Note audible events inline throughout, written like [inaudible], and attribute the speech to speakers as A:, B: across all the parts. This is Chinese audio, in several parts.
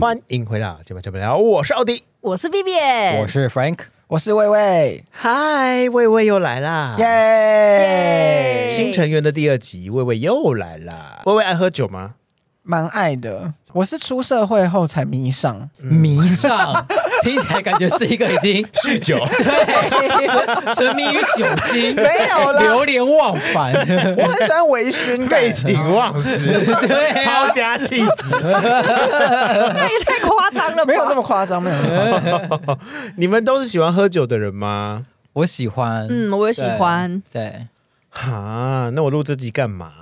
A: 欢迎回到节目，节目聊，我是奥迪，
B: 我是 B B，我
C: 我是 Frank，
D: 我是魏魏，
A: 嗨，魏魏又来啦，
D: 耶！
A: 新成员的第二集，魏魏又来啦，魏魏爱喝酒吗？
D: 蛮爱的，我是出社会后才迷上，
C: 迷上听起来感觉是一个已经
A: 酗酒，
C: [laughs] 对沉沉迷于酒
D: [laughs]
C: 精，
D: 没有啦
C: 流连忘
D: [laughs]
C: 返，
D: 我很喜欢微 [laughs] 醺感
A: 废。寝忘食，
C: 对 [laughs] 啊
A: 抛家弃 [laughs] 子。
B: [laughs] 那也太夸张了吧？
D: 没有那么夸张，没有那 [laughs] 么夸张。
A: 你们都是喜欢喝酒的人吗？
C: 我喜欢，
B: 嗯，我也喜欢。
C: 对，
A: 哈，那我录这集干嘛？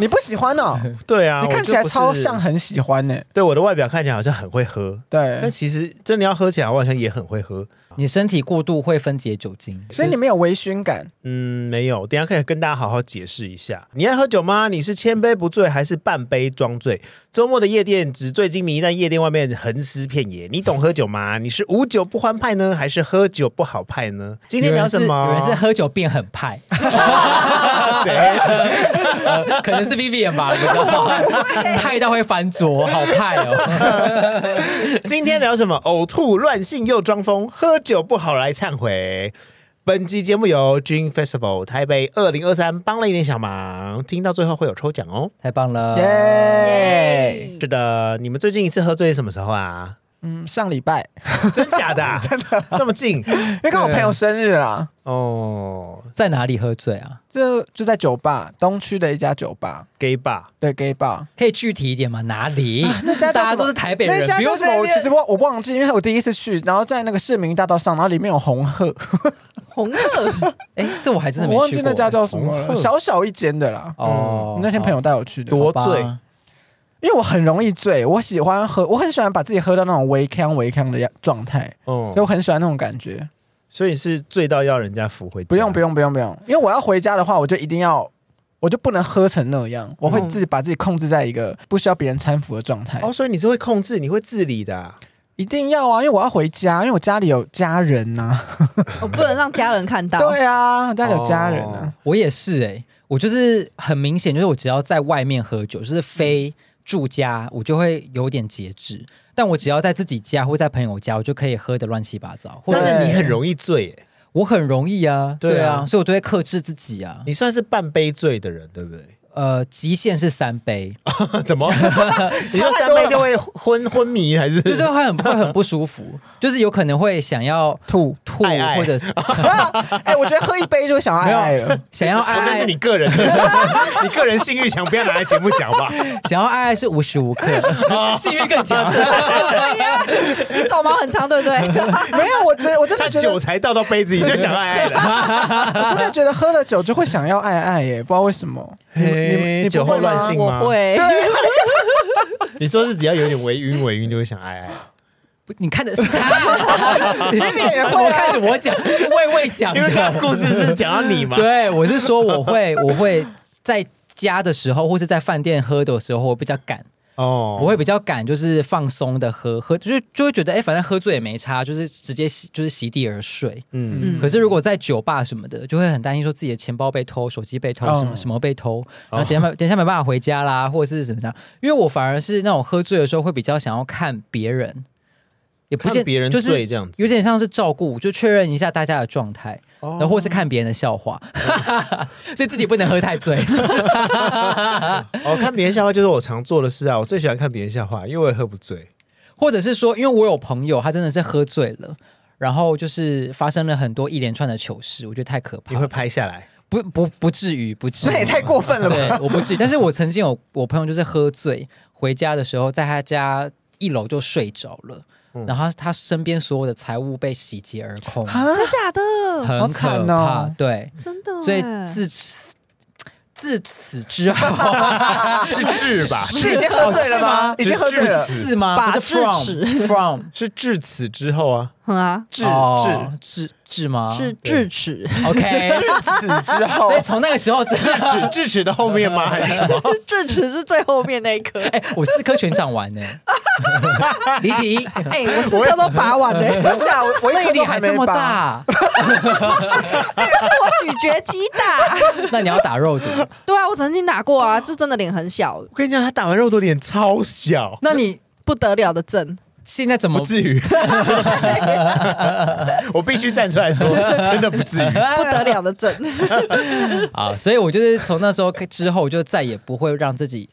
D: 你不喜欢哦？
A: 对啊，
D: 你看起来
A: 我就不是
D: 超像，很喜欢呢。
A: 对我的外表看起来好像很会喝，但
D: 对，
A: 其实真的要喝起来，我好像也很会喝。
C: 你身体过度会分解酒精，
D: 所以你没有微醺感。
A: 嗯，没有，等一下可以跟大家好好解释一下。你爱喝酒吗？你是千杯不醉还是半杯装醉？周末的夜店纸醉金迷，但夜店外面横尸遍野。你懂喝酒吗？你是无酒不欢派呢，还是喝酒不好派呢？今天
C: 有
A: 聊
C: 人
A: 什
C: 是有
A: 么
C: 人？是喝酒变很
D: [laughs]
C: 派，
A: [laughs] 谁？
C: 呃可能是 Vivian 吧，我不知道， [laughs] 派到会翻桌，好派
D: [laughs]
C: 哦。
A: 今天聊什么？呕吐、乱性又装疯，喝酒不好来忏悔。本集节目由 Dream Festival 台北二零二三帮了一点小忙，听到最后会有抽奖哦。
C: 太棒了，
D: 啊耶！
A: 是的，你们最近一次喝醉是什么时候啊？
D: 嗯，上礼拜，
A: [laughs] 真假的、啊？真的这么近？ [laughs]
D: 因为刚好我朋友生日啦，
A: 哦
C: 在哪里喝醉啊？
D: 这就在酒吧，东区的一家酒吧，
A: ，gay bar，
D: 对 gay bar。
C: 可以具体一点吗？哪里？
D: 啊那家叫什么
C: 大家都是台北
D: 那
C: 人，
D: 家
C: 不
D: 叫
C: 用
D: 什么？我
C: 某
D: 其实忘我忘记，因为我第一次去，然后在那个市民大道上，然后里面有红鹤，
B: 红色
C: 哎，这我还真的没
D: 我忘
C: 去
D: 记
C: 过
D: 那家叫什么
A: 红鹤
D: 了，小小一间的啦。
A: 嗯
C: 哦。
D: 那天朋友带我去的，
A: 多
C: 好吧
A: 醉
D: 因为我很容易醉，我喜欢喝，我很喜欢把自己喝到那种微康微康的样状态，所以
A: 哦，
D: 我很喜欢那种感觉。
A: 所以是醉到要人家扶回家？
D: 不用不用不用不用，因为我要回家的话，我就一定要，我就不能喝成那样，我会自己把自己控制在一个不需要别人搀扶的状态。
A: 哦，所以你是会控制，你会自理的啊、
D: 一定要啊，因为我要回家，因为我家里有家人呐、
B: 我哦不能让家人看到。
D: 对啊，我家里有家人呐、
C: 我也是哎、我就是很明显，就是我只要在外面喝酒，就是非住家，我就会有点节制。但我只要在自己家或在朋友家，我就可以喝的乱七八糟，或
A: 但
C: 者
A: 是
D: 对
A: 你很容易醉耶，
C: 我很容易啊，
A: 对啊
C: 对啊，所以我都会克制自己啊。
A: 你算是半杯醉的人，对不对？
C: 呃，极限是三杯，
A: [laughs] 怎么？ [laughs] 你说三杯就会昏 [laughs] 昏迷还是？
C: 就是会很会很不舒服，就是有可能会想要
D: 吐
C: 吐，
A: 爱爱
C: 或者是
D: [laughs] 哎、我觉得喝一杯就想要爱爱了。
C: 想要爱
A: 啊那
C: 爱
A: 是你个人， [laughs] 你个人性欲强，不要拿来节目讲 [laughs] 吧。
C: 想要爱爱是无时
A: [laughs]
C: 无刻，性欲更强。
B: 对呀，你手毛很长，对不对？
D: 没有，我觉得我真
A: 他
D: 的觉得，
A: 酒才倒到杯子里就想爱 [laughs] 爱了，
D: 我真的觉得喝了酒就会想要爱爱耶，不知道为什么。
A: 嘿
D: 你
A: 哎酒后乱性吗？
B: 我。会，
A: 你说是只要有点微晕，微晕就会想爱爱。
C: 不你看的是他，你
D: 也会啊
C: 怎么看着我讲？是魏魏讲
A: [laughs] 因为他的
C: 的。
A: 故事是讲到你嘛，
C: [laughs] 对，我是说我会，我会在家的时候，或是在饭店喝的时候，我比较敢，
A: 哦
C: 我会比较敢，就是放松的喝，喝就是就会觉得，哎、反正喝醉也没差，就是直接席就是席地而睡。
A: 嗯，
B: 嗯
C: 可是如果在酒吧什么的，就会很担心说自己的钱包被偷、手机被偷、
A: 哦
C: 什么
D: 嗯
C: 什么被偷，然后等一下没等一下没办法回家啦，或者是怎么样？因为我反而是那种喝醉的时候会比较想要看别人，也不
A: 看
C: 见
A: 别人
C: 就是
A: 醉这样子，
C: 有点像是照顾，就确认一下大家的状态，
D: 哦
C: 然后或是看别人的笑话， [laughs] 所以自己不能喝太醉。
A: 哦，看别人笑话就是我常做的事啊，我最喜欢看别人笑话，因为我也喝不醉。
C: 或者是说，因为我有朋友，他真的是喝醉了，然后就是发生了很多一连串的糗事，我觉得太可
A: 你
C: 怕
A: 会
C: 了。
A: 拍下来？
C: 不不不至于，不至于，
D: 那也太过分了吧？
C: 对，我不至于。但是我曾经有我朋友就是喝醉回家的时候，在他家一楼就睡着了，
D: 嗯
C: 然后他他身边所有的财物被洗劫而空，
B: 真的假的？
C: 很
D: 惨
C: 可
D: 哦
C: 怕。对，
B: 真的耶。
C: 所以自此自此之
D: [laughs]
C: 后，
A: [laughs] 是至吧？
D: 是已经喝醉了吗
C: 哦？
D: 已经喝醉了
A: 是。
C: 是吗？
B: 把
C: 不是 from
B: 智
C: from
A: [laughs] 是至此之后啊，
B: 嗯啊，
A: 至
C: 哦智智吗？
B: 是智齿， [laughs]
C: OK。
D: 死之后
C: 所以从那个时候真的，
A: 至至此的后面吗？还是什么？ [laughs]
B: 智齿是最后面那一颗。
C: 哎，我四颗全长完呢。 [laughs] 李迪，
B: 哎，我四颗都拔完了，
D: 真假？我我一
C: 那
D: 颗
C: 你
D: 都
C: 还
D: 没
C: 这么
D: 拔，
C: 大，
B: 那个是我咀嚼肌大。 [laughs]
C: 那你要打肉毒？
B: 对啊，我曾经打过啊，就真的脸很小。
A: 我跟你讲，他打完肉毒脸超小，
C: 那你
B: 不得了的症。
C: 现在怎
D: [laughs]
C: 么
A: 不至于， [laughs] 我必须站出来说，真的不至于。
B: 不得了的症，
C: 啊，所以我就是从那时候开之后，我就再也不会让自己，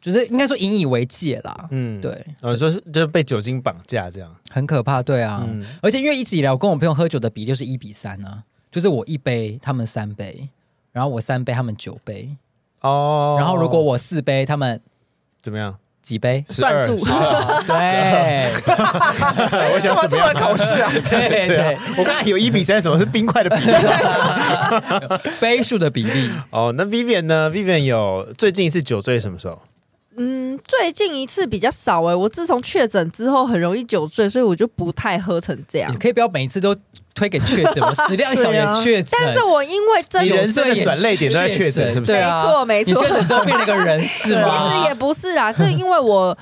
C: 就是应该说引以为戒啦。
A: [laughs] 嗯，
C: 对，
A: 呃，说就是被酒精绑架这样。
C: 很可怕，对啊。
A: 嗯
C: 而且因为一直以来我跟我朋友喝酒的比例是一比三啊，就是我一杯，他们三杯，然后我三杯，他们九杯，
A: 哦
C: 然后如果我四杯，他们
A: 怎么样？？
C: 几杯
A: 算
B: 数
C: 对
A: 我想
D: 干嘛
A: 怎
D: 突
A: 么样
D: 然？考试啊？ [laughs]
C: 对对，
A: 我刚才有一比三，什么是冰块的比例？
C: 杯数的比例。
A: 哦，那 Vivian 呢？Vivian 有最近一次酒醉什么时候？
B: 嗯，最近一次比较少哎、我自从确诊之后很容易酒醉，所以我就不太喝成这样
C: 你。可以不要每次都推给确
A: [laughs]
C: 诊，我食量小
A: 对
C: 也
A: 啊
C: 确诊。
B: 但是我因为真
A: 你
B: 的
A: 人生的转捩点都在确诊是不是
C: 对啊
B: 没错没错
C: 你确诊之后变了一个人是吗？
B: 其实也不是啦，是因为我，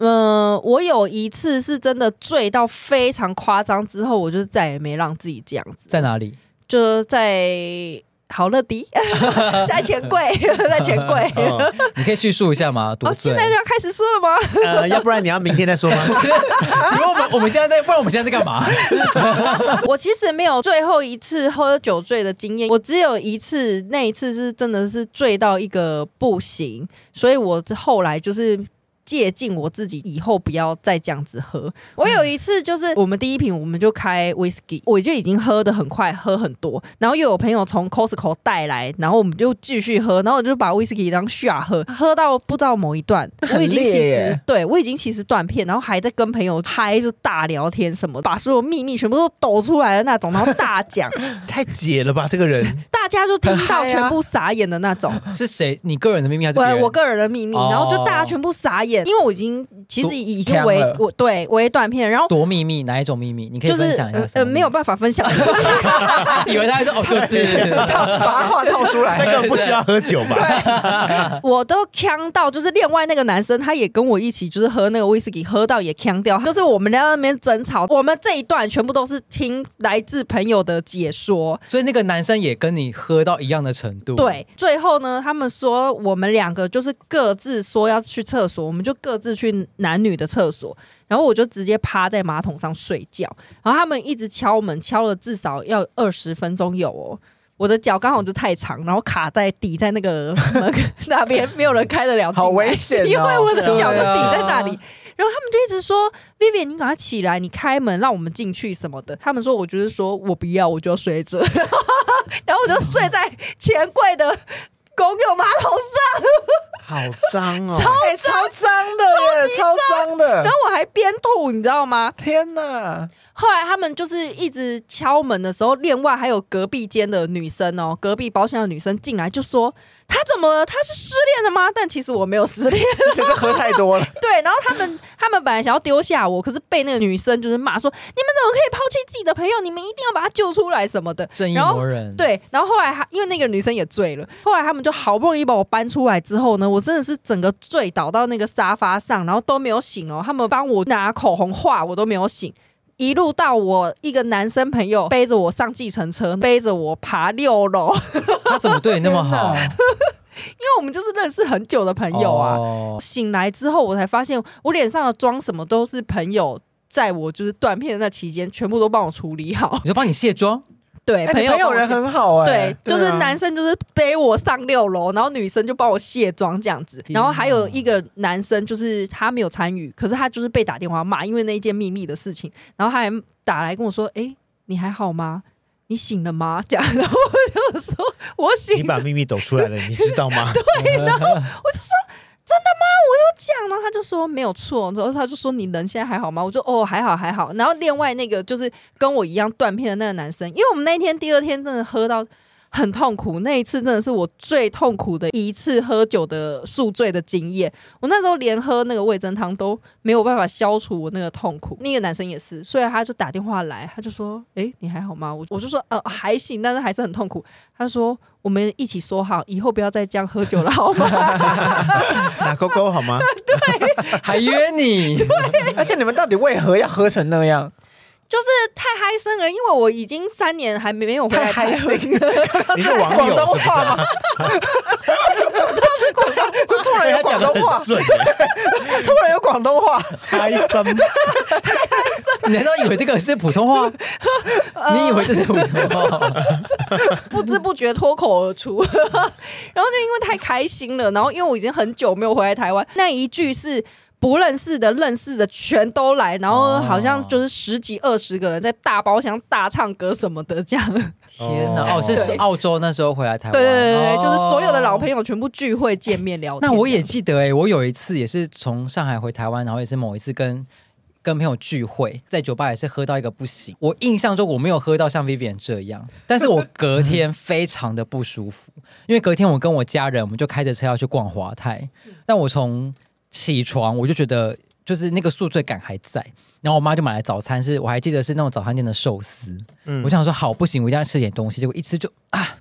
B: 嗯、我有一次是真的醉到非常夸张，之后我就再也没让自己这样子，
C: 在哪里？
B: 就在好乐迪， [laughs] 在钱柜， [laughs] 在钱
C: [laughs]
B: 柜。
A: [laughs] 哦
C: 你可以叙述一下吗？多
B: 哦，
C: 醉
B: 现在就要开始说了吗？
A: 呃，要不然你要明天再说吗？
C: 请问我们我们现在在，不然我们现在在干嘛？
B: [laughs] 我其实没有最后一次喝酒醉的经验，我只有一次，那一次是真的是醉到一个不行，所以我后来就是。借鉴我自己，以后不要再这样子喝。我有一次就是我们第一瓶我们就开 whisky，我就已经喝的很快，喝很多，然后又有朋友从 Costco 带来，然后我们就继续喝，然后我就把 whisky 当下喝，喝到不知道某一段，我已经
D: 很
B: 其
D: 烈
B: 实
D: 耶
B: 对我已经其实断片，然后还在跟朋友嗨，就大聊天什么，把所有秘密全部都抖出来的那种，然后大
C: [laughs]
B: 讲，
A: [laughs] 太解了吧，这个 [laughs] 人。
B: 大家就听到
D: 很嗨啊
B: 全部傻眼的
C: [laughs]
B: 那种。
C: 是谁？你个人的秘密还是别
B: 我
C: 人？
B: 我个人的秘密，
C: 哦
B: 然后就大家全部傻眼，因为我已经其实已经
D: 呛
B: 为
D: 了
B: 我对为断片，然后
C: 多秘密？哪一种秘密？哦你可以
B: 就是
C: 分享一下
B: 呃
C: 什么秘密。
B: 呃没有办法分享，
C: [laughs] 以为他
B: [laughs]
C: 还说哦，就是 [laughs]
D: 把他话套出
A: 他
D: 来。
A: 根本不需要喝酒吧？
B: 我都呛到，就是另外那个男生，他也跟我一起，就是喝那个威士忌，喝到也呛掉。就是我们在那边争吵，我们这一段全部都是听来自朋友的解说。
C: 所以那个男生也跟你喝到一样的程
D: 哦
C: 度。
B: 对，最后呢，他们说我们两个就是各自说要去厕所，我们就各自去男女的厕所，然后我就直接趴在马桶上睡觉，然后他们一直敲门，敲了至少要二十分钟有哦。我的脚刚好就太长，然后卡在抵在那个门 [laughs] 那边，没有人开得了进来，
D: [laughs] 好危险
B: [laughs]
D: 哦
B: 因为我的脚就
C: 对啊
B: 抵在那里。然后他们就一直说：“Vivian，你赶快起来，你开门让我们进去什么的。”他们说：“我就是说我不要，我就要睡着。” [laughs] 然后我就睡在钱柜的公有马桶上，
A: 好脏哦！
D: 哎，超脏的耶，超脏
B: 然后
D: 的！
B: 我还边吐，你知道吗？
D: 天哪，
B: 后来他们就是一直敲门的时候，另外还有隔壁间的女生哦，隔壁包厢的女生进来就说：“她怎么了？她是失恋了吗？”但其实我没有失恋。
D: 你真的喝太多了。
B: 对，然后他们他们本来想要丢下我，可是被那个女生就是骂说：“你们怎么可以抛弃自己的朋友？你们一定要把他救出来什么的。”
C: 正义
B: 然后
C: 魔人。，
B: 对，然后后来他因为那个女生也醉了，后来他们就好不容易把我搬出来之后呢，我真的是整个醉倒到那个沙发上，然后都没有醒哦。他们帮我拿口红画，我都没有醒。一路到我一个男生朋友背着我上计程车，背着我爬六楼，因
C: 他怎么对你那么
B: [laughs]
C: 好？
B: 为我们就是认识很久的朋友啊。
C: 哦
B: 醒来之后，我才发现我脸上的妆什么都是朋友在我就是断片的那期间，全部都帮我处理好。
C: 你就帮你卸妆，
B: 对， [laughs]
D: 哎，你
B: 帮
D: 朋友
B: 我
D: 人
B: 卸
D: 很好哎
B: 对，，啊就是男生就是背我上六楼，然后女生就帮我卸妆这样子。
C: 天哪
B: 然后还有一个男生，就是他没有参与，可是他就是被打电话骂，因为那一件秘密的事情。然后他还打来跟我说：“哎、你还好吗？你醒了吗？”这样，然后我就说：“我
A: 你
B: 醒了。
A: 把秘密抖出来了，你知道 [laughs] 吗？
B: 这样呢，他就说没有错，然后他就说你人现在还好吗？我就哦还好还好。然后另外那个就是跟我一样断片的那个男生，因为我们那天第二天真的喝到很痛苦，那一次真的是我最痛苦的一次喝酒的宿醉的经验。我那时候连喝那个味噌汤都没有办法消除我那个痛苦。那个男生也是，所以他就打电话来，他就说：“诶，你还好吗？”我我就说：“呃，还行，但是还是很痛苦。”他说：“我们一起说好，以后不要再这样喝酒了，好吗？”
A: 打勾勾好 [laughs] 吗？
C: 还约
B: [laughs]
C: 你，
D: [laughs] 而且你们到底为何要喝成那样？
B: 就是太嗨森了，因为我已经三年还没有回来
D: 太
B: 台
D: 嗨
B: 湾，
D: 森了，
A: 你是网啊
D: 广
A: 友 [laughs]
D: 东
A: 是不
D: 话
A: 是？
D: [laughs] 吗？就突然然有
A: 他讲
D: 广
A: 的
D: 东话
A: [laughs] 很，顺，
D: 突然有广东话，
A: 嗨森，
C: 你难道以为这个是普
B: [laughs]
C: 通话？你以为这是普通
B: 呃
C: 话？
B: [laughs] 不知不觉脱口而
C: [laughs]
B: 出，然后就因为太开心了，然后因为我已经很久没有回来台湾，那一句是不认识的、认识的全都来，然
C: 哦
B: 后好像就是十几二十个人在大包厢大唱歌什么的这样，
C: 天哪！哦，是是
B: 对
C: 澳洲那时候回来台
B: [laughs]
C: 湾，
B: 对
C: 哦
B: 对对对，对就是所有的老朋
C: 友。
B: 友全部聚会见面聊天。
C: 那我也记得哎、我有一次也是从上海回台湾，然后也是某一次跟。跟朋友聚会，在酒吧也是喝到一个不行。我印象中我没有喝到像 Vivian 这样，但是我隔天非常的不舒服，因为隔天我跟我家人，我们就开着车要去逛华泰，但我从起床我就觉得就是那个宿醉感还在，然后我妈就买来早餐是，我还记得是那种早餐店的寿司，
A: 嗯
C: 我就想说好不行，我一定要吃点东西，结果一吃就啊，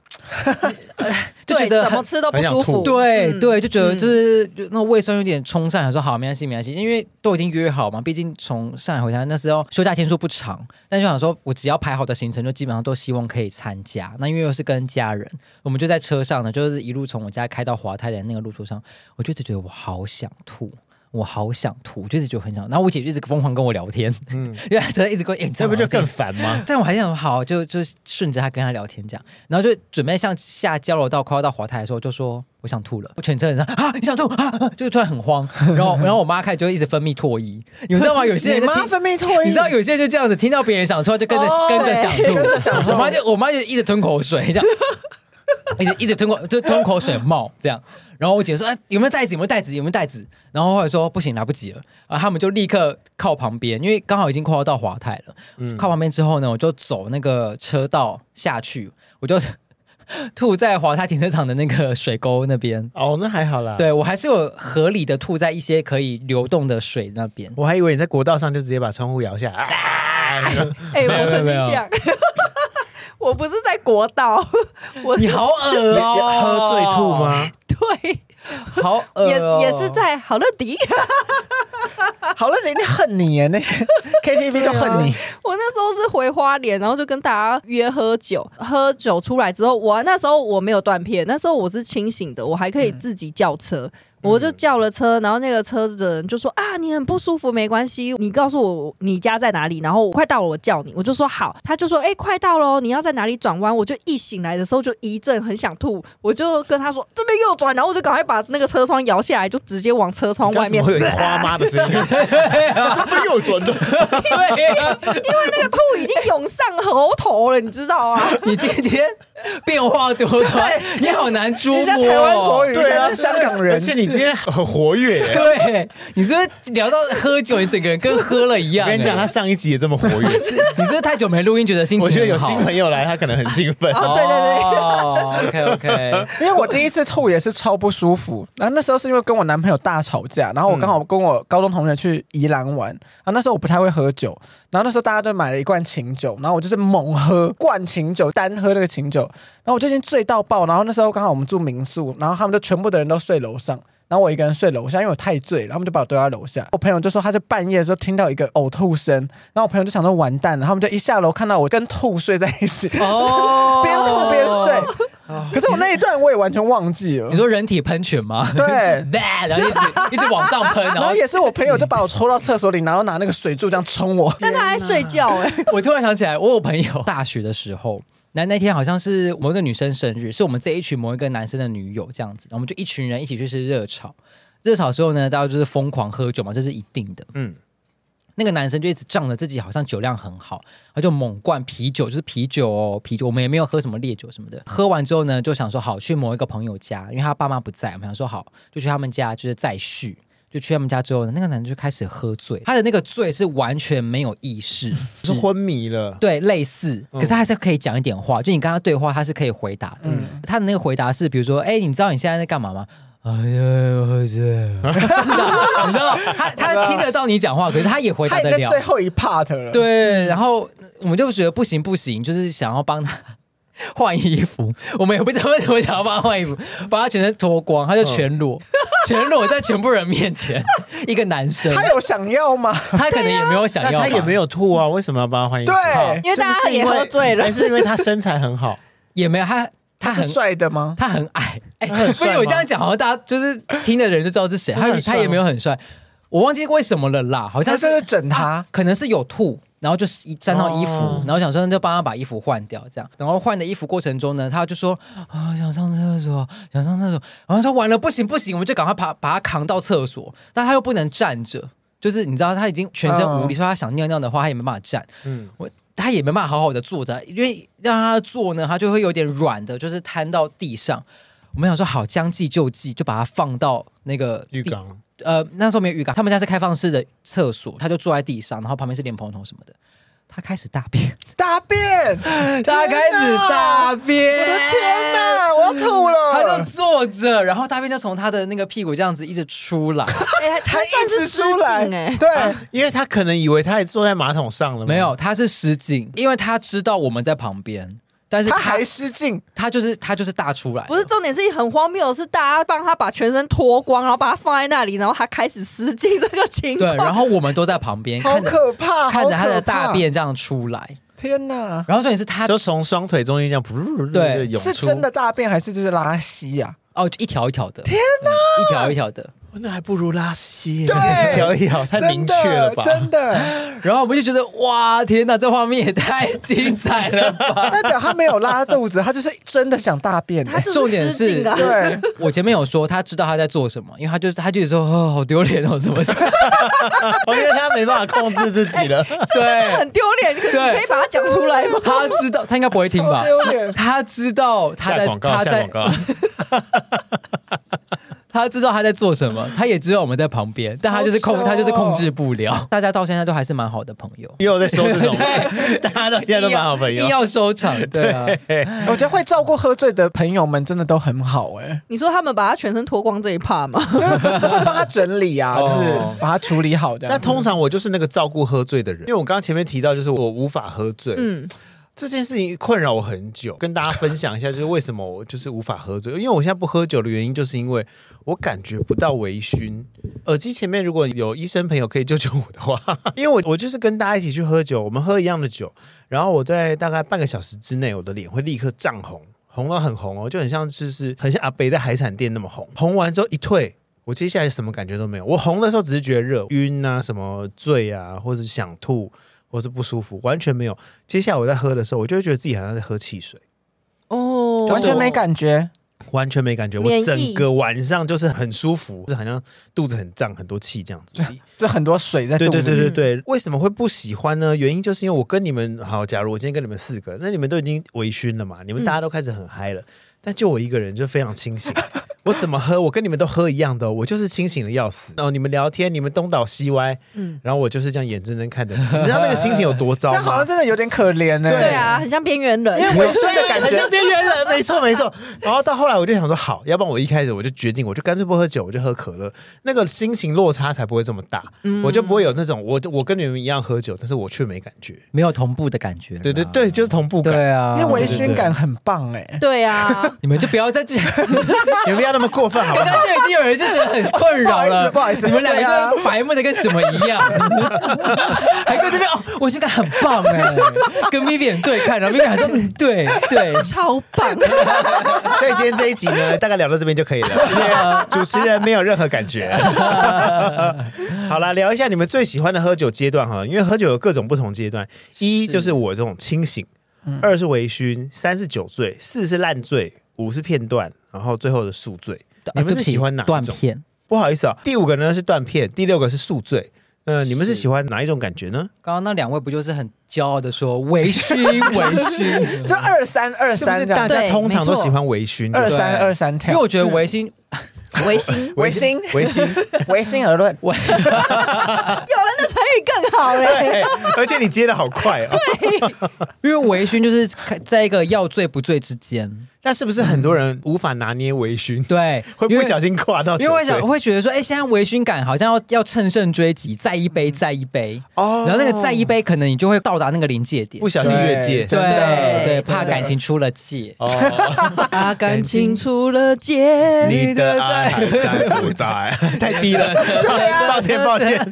B: [laughs]
C: 就觉
B: 对
C: 得
B: 怎
C: 很
B: 么吃都不
A: 很想
B: 舒服，
A: 吐
C: 对、
B: 嗯
C: 对，就觉得
B: 嗯
C: 就是、就那胃酸有点冲上来，想说好没关系没关系，因为都已经约好嘛，毕竟从上海回台那时候休假天数不长，但就想说我只要排好的行程，就基本上都希望可以参加。那因为又是跟家人，我们就在车上呢，就是一路从我家开到华泰的那个路途上，我就一直觉得我好想吐。我好想吐，就是觉得很想。然后我姐就一直疯狂跟我聊天，嗯， [laughs] 因为她真的一直跟我，欸、你知
A: 这
C: 道
A: 不
C: 吗
A: 就更烦吗？
C: 但我还是很好，就就顺着他跟他聊天这样，然后就准备向下交流道快要到华台的时候，就说我想吐了，我全车人说啊你想吐啊，啊就突然很慌，然后然后我妈开始就一直分泌唾液，你知道吗？有些人
D: 你
C: 就
D: 妈
C: 听。
D: 分泌唾液，
C: 你知道有些人就这样子，听到别人想吐，就跟着、
D: 哦
C: 跟着想
D: 对跟着想
C: 吐。
D: 吐
C: 我妈就我妈就一直吞口水，这样， [laughs] 一直一直吞口就吞口水冒这样。然后我姐说：“哎、有没有袋子？有没有袋子？有没有袋子？”然后后来说：“不行，来不及了。”然后他们就立刻靠旁边，因为刚好已经快要到华泰了。靠旁边之后呢，我就走那个车道下去，我就 [laughs] 吐在华泰停车场的那个水沟那边。
A: 哦，那还好啦。，
C: 对我还是有合理的吐在一些可以流动的水那边。
A: 我还以为你在国道上就直接把窗户摇下来。啊
B: 哎、
C: 没
B: 我
C: 有
B: 曾
C: 没有
B: 经
C: 没有
B: 这样， [laughs] 我不是在国道， [laughs] 我
C: 你好恶
A: 要
C: 哦、
A: 喝醉吐？吗？
B: 对，
C: 好恶、
B: 也
C: 哦，
B: 也是在 [laughs] 好乐迪。
D: 好了，人家恨你耶，那些 KTV 都恨你，
B: 我那时候是回花莲，然后就跟大家约喝酒。喝酒出来之后，我那时候我没有断片，那时候我是清醒的，我还可以自己叫车。
A: 嗯
B: 我就叫了车，然后那个车子的人就说啊，你很不舒服，没关系，你告诉我你家在哪里，然后我快到了，我叫你。我就说好，他就说哎、快到了哦，你要在哪里转弯？我就一醒来的时候就一阵很想吐，我就跟他说这边右转，然后我就赶快把那个车窗摇下来，就直接往车窗
A: [laughs]
B: 外
A: 刚怎
B: 面
A: 么会有一个花妈的 [laughs] 声音？这边又转的，
C: [laughs] 对，啊
B: 因为那个吐已经涌上喉头了，你知道啊？
C: 你今天变化多端， [laughs] 你好难捉摸、哦
D: 人家台湾国
A: 啊 [laughs]
D: 语，人家是香港
A: 而
D: 人，
A: 且你今天很活跃耶。
C: 对，你是不是聊到喝酒，你整个人跟喝了一样、
A: 我跟你讲，
C: 欸
A: 他上一集也这么活
C: [laughs]
A: 跃，
C: 你是不是太久没录音，觉得心情
A: 我觉得有
C: 很好
A: 新朋友来，他可能很兴奋。
B: 哦对对对
C: 哦，OK
A: [laughs]
C: OK，
D: 因为我第一次吐也是超不舒服，然后那时候是因为跟我男朋友大吵架，然后我刚好跟我高中同学去宜兰玩，然后那时候我不太会喝酒，然后那时候大家就买了一罐琴酒，然后我就是猛喝灌琴酒，单喝那个琴酒，然后我就已经醉到爆，然后那时候刚好我们住民宿，然后他们就全部的人都睡楼上。然后我一个人睡楼下，因为我太醉了，然后他们就把我丢在楼下。我朋友就说，他在半夜的时候听到一个呕吐声，然后我朋友就想说完蛋了，他们就一下楼看到我跟吐睡在一起，
C: 哦，
D: 边吐边。睡。可是我那一段我也完全忘记了
C: 你。说人体喷泉吗？，
D: 对
C: [laughs] 然后一直一直往上
A: [laughs]
C: 喷，呃然
D: 然
C: 后
D: 后也是我朋友就把我抽到厕所里，然后拿那个水柱这样冲我。
B: 但他还睡觉哎、
C: [laughs] 我突然想起来，我有朋友 [laughs] 大学的时候。那那天好像是某一个女生生日，是我们这一群某一个男生的女友这样子，我们就一群人一起去吃热炒。热炒之后呢，大家就是疯狂喝酒嘛，这是一定的。
A: 嗯，
C: 那个男生就一直仗着自己好像酒量很好，他就猛灌啤酒，就是啤酒哦，啤酒。我们也没有喝什么烈酒什么的。喝完之后呢，就想说好去某一个朋友家，因为他爸妈不在，我们想说好就去他们家，就是再续。就去他们家之后呢，那个男的就开始喝醉，他的那个醉是完全没有意识，
A: 是昏迷了。
C: 对，类似，可是他还是可以讲一点话，就你跟他对话，他是可以回答的。他的那个回答是，比如说，哎、你知道你现在在干嘛吗？哎呀，我喝醉了你知道，他他听得到你讲话，可是他也回答
D: 他
C: 得
D: 也在
C: 了。
D: 最后一 part 了。，
C: 对，然后我们就觉得不行不行，就是想要帮他 [laughs] 换衣服。我们也不知道为什么想要帮他换衣服，把他全身脱光，他就全裸，全裸在全部人面前，一个男生，
D: 他有想要吗？
C: 他可能也没有想
A: 那
C: 要吧，
A: 他也没有吐啊，为什么要帮他换衣服？
D: 对
A: 好
B: 因为大家
A: 是不是
B: 也喝醉了
A: 还是因为他身材很好？
C: 也没有他。他很
D: 是帅的吗？
C: 他很矮，
A: [laughs]
C: 哎、
A: 他很
C: 不
A: 帅
C: 是
A: 吗
C: 我这样讲，好像大家就是听的人就知道是谁，
A: 他
C: 他
A: 很
C: 也
A: 帅
C: 他也没有很帅，我忘记为什么了啦，好像
D: 他就是整他
C: 啊可能是有吐。然后就是一沾到衣服，
A: 哦
C: 然后想说那就帮他把衣服换掉，这样。然后换的衣服过程中呢，他就说啊、想上厕所，想上厕所。然后说完了不行不行，我们就赶快把把他扛到厕所。但他又不能站着，就是你知道他已经全身无力，
D: 嗯
C: 说他想尿尿的话他也没办法站。
A: 嗯，
C: 他也没办法好好的坐着，因为让他坐呢，他就会有点软的，就是瘫到地上。我们想说好将计就计，就把他放到那个
A: 浴
C: 地， [laughs]
A: 缸
C: 呃，那时候没有浴缸，他们家是开放式的厕所，他就坐在地上，然后旁边是莲蓬头什么的，他开始大
D: [laughs]
C: 便，
D: 大便！
C: 他开始大便，
D: 我的天哪，我要吐
C: 他就
D: 了！
C: 坐着，然后大便就从他的那个屁股这样子一直出
D: [laughs]
C: 来，
B: 哎、他算
D: 他一
B: 是
D: 直
B: 失
D: 出来
B: 禁哎、，
D: 对，
A: 因为他可能以为他也坐在马桶上了吗，
C: 没有，他是失禁，因为他知道我们在旁边，但是
D: 他
C: 他
D: 还失禁，
C: 他就是他就是大出来了，
B: 不是重点是很荒谬，的是大家帮他把全身脱光，然后把他放在那里，然后他开始失禁这个情
C: 对，
B: 况。
C: 然后我们都在旁边
D: 好
C: 看着
D: 可怕！
C: 看着他
D: 好可
C: 的
D: 怕
C: 大，便这样出来，
D: 天哪！
C: 然后重点是他
A: 就从双腿中间这样噗，
C: 对
A: 就涌出，
D: 是真的大便还是就是拉稀啊呀？
C: 哦一条一条的，天哪，一条一条的，
A: 哦那还不如拉稀耶， [laughs]
D: 对
A: 摇一摇，太明确了吧？
D: 真的，
C: [laughs]
D: 真的
C: 然后我们就觉得哇天哪，这画面也太精彩了吧！ [laughs]
D: 代表他没有拉肚子，他就是真的想大便
B: [laughs] [laughs]
D: 欸。
B: 他就
C: 重
B: 是
C: 点
B: 失禁
C: 是
B: 的啊，
D: 对，
C: 我前面有说他知道他在做什么，因为他就他就说哦好丢脸哦什么的，
A: [laughs] 我觉得他没办法控制自己了，
B: [laughs]
C: 对，
B: 很丢脸。可是你可以把它讲出来吗？
C: 他知道他应该不会听吧
D: 超？丢脸
C: 他知道 [laughs] 他
A: 下
C: 在
A: 广告，
C: 他
A: 下广
C: 在
A: 告，
C: 他知道他在做什么，他也知道我们在旁边，但他就是控
D: 好糗哦
C: 他就是控制不了。大家到现在都还是蛮好的朋友。
A: 也有在说这种，
C: [laughs]
A: 大家到现在都蛮好朋
C: 一定
A: 友，
C: 要收场，对啊，
D: [laughs] 我觉得会照顾喝醉的朋友们真的都很好哎、
B: 你说他们把他全身脱光这一趴吗？
D: 就是会帮他整理啊，
A: 哦
D: 就是把他处理好这样
A: 但
D: 子。
A: 通常我就是那个照顾喝醉的人，因为我刚刚前面提到，就是我无法喝醉，
B: 嗯，
A: 这件事情困扰我很久，跟大家分享一下，就是为什么我就是无法喝醉，因为我现在不喝酒的原因，就是因为我感觉不到微醺。耳机前面如果有医生朋友可以救救我的话， [laughs] 因为我我就是跟大家一起去喝酒，我们喝一样的酒，然后我在大概半个小时之内，我的脸会立刻涨红，红到很红哦，就很像就是很像阿北在海产店那么红，红完之后一退。我接下来什么感觉都没有。我红的时候只是觉得热、晕啊、什么醉啊，或者想吐，或是不舒服，完全没有。接下来我在喝的时候，我就会觉得自己好像在喝汽水，
B: 哦
D: 完全没。感觉，
A: 完全没感觉。
B: 免
A: 我
B: 疫
A: 整个晚上就是很舒服，就是好像肚子很胀、很多气这样子。
D: 就很多水在肚
A: 对
D: 子。
A: 对对
B: 里
A: 对对，为什么会不喜欢呢？原因就是因为我跟你们好，假如我今天跟你们四个，那你们都已经微醺了嘛，你
D: 嗯
A: 们大家都开始很嗨了，但就我一个人就非常清醒。我怎么喝，我跟你们都喝一样的哦、我就是清醒的要死。哦然后你们聊天，你们东倒西歪，
B: 嗯
A: 然后我就是这样眼睁睁看着你，你知道那个心情有多糟
D: [laughs] 这
A: 吗？
D: 样好像真的有点可怜呢、
B: 对啊，很像边缘人。
D: 因为我睡的感
A: 很像
D: 觉，
A: 边缘人，没错没错。然后到后来我就想说，好，要不然我一开始我就决定，我就干脆不喝酒，我就喝可乐，那个心情落差才不会这么大，
D: 嗯
A: 我就不会有那种我我跟你们一样喝酒，但是我却没感觉。
C: 没有同步的感觉。
A: 对对，对，就是同步感。
C: 对啊，
D: 因为微
A: 对对
D: 醺感很棒哎、
B: 对啊，
C: 你们就不要再这
D: [laughs]
C: 样，
A: 你们不要那么过分，好不
C: 刚
A: 好
C: 刚？就已经有人就觉得很困扰了，
D: 不好意思
C: 你
D: 不好意思
C: 们两
D: 对啊
C: 个白目的跟什么一
D: [laughs]
C: 样，还跟这边哦，我现在很棒哎，跟 Vivian 对看，然后 Vivian 还说嗯对
D: [laughs]
C: 对，
B: 超棒。
A: 所以今天这一集呢，大概聊到这边就可以了。因为主持人没有任何感 [laughs] 觉。好啦，聊一下你们最喜欢的喝酒阶段好了，因为喝酒有各种不同阶段，一
C: 是
A: 就是嗯我这种清醒，二是微醺，三是酒醉，四是烂醉，五是片段，然后最后的宿醉。你们
C: 对不
A: 是
C: 起
A: 喜欢哪一
C: 断
A: 种？
C: 片？
A: 啊不好意思啊，第五个呢是断片，第六个是宿醉。呃，你们是喜欢哪一种感觉呢？
C: 刚刚那两位不就是很骄傲的说微醺微醺？
D: 就二三二
A: 是不是
D: 三这样
A: 大
D: 子，
A: 家
B: 对
A: 通常都
B: 没错
A: 喜欢微醺？
D: 二
A: 对
D: [laughs] 三二三
C: 因为
D: 跳
C: 我，觉得微醺
B: 维新，
D: 唯心
A: 微醺，
D: 唯心而论，
B: [laughs]
C: 微 [laughs]
B: 有人的成语更好欸嘞。
A: 对，而且你接的好快哦。
C: 因为微醺就是在一个要醉不醉之间，
A: 但是不是很多人无法拿捏微醺， [laughs]
C: 对，
A: 会
C: 因
A: 不
C: 为
A: 小心跨到酒
C: 因为
A: 醉？
C: 会想会觉得说，哎、现在微醺感好像要要乘胜追击，再一杯，再一杯，
A: 哦
C: 然后那个再一杯，可能你就会到达那个临界点
A: 不，小心越界，
C: 对
D: 真的
C: 对，
D: 真的
C: 怕感情出了界，
A: [laughs] 哦，
B: 把感情出了界，
A: [laughs] 啊你的爱还在不在？太低了，抱歉抱歉。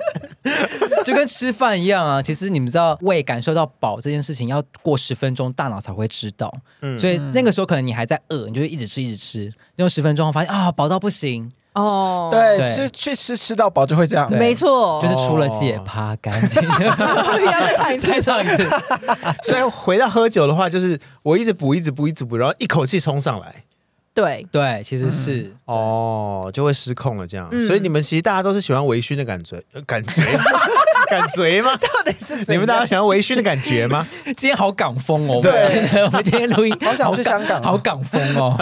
C: [laughs] 就跟吃饭一样啊。其实你们知道，胃感受到饱这件事情要过十分钟，大脑才会知道。
A: 嗯
C: 所以那个时候可能你还在饿，你就会一直吃，一直吃。用十分钟后发现啊，饱到不行，
B: 哦，，
D: 对，
C: 对
D: 吃去吃吃到饱就会这样
C: 对。
B: 没错， [laughs]
C: 就是除了戒
A: 哦
C: 趴干净。
B: 要再唱一次
C: [laughs] 再。唱一次，
A: 所以回到喝酒的话，就是我一直补，一直补，一直补，然后一口气冲上来，
B: 对，
C: [laughs] 对，其实是
A: 哦，就会失控了这样。
B: 嗯
A: 所以你们其实大家都是喜欢微醺的感觉， [laughs] 呃感觉感觉 [laughs] 吗？
D: 到底是
A: 你们大家喜欢微醺的感觉 [laughs] 吗？
C: 今天好港风哦。
A: 对
C: 我们今天，我们今天
A: [laughs]
C: 录音
D: 好想去香
A: 啊
D: 港哦
C: 好港风哦。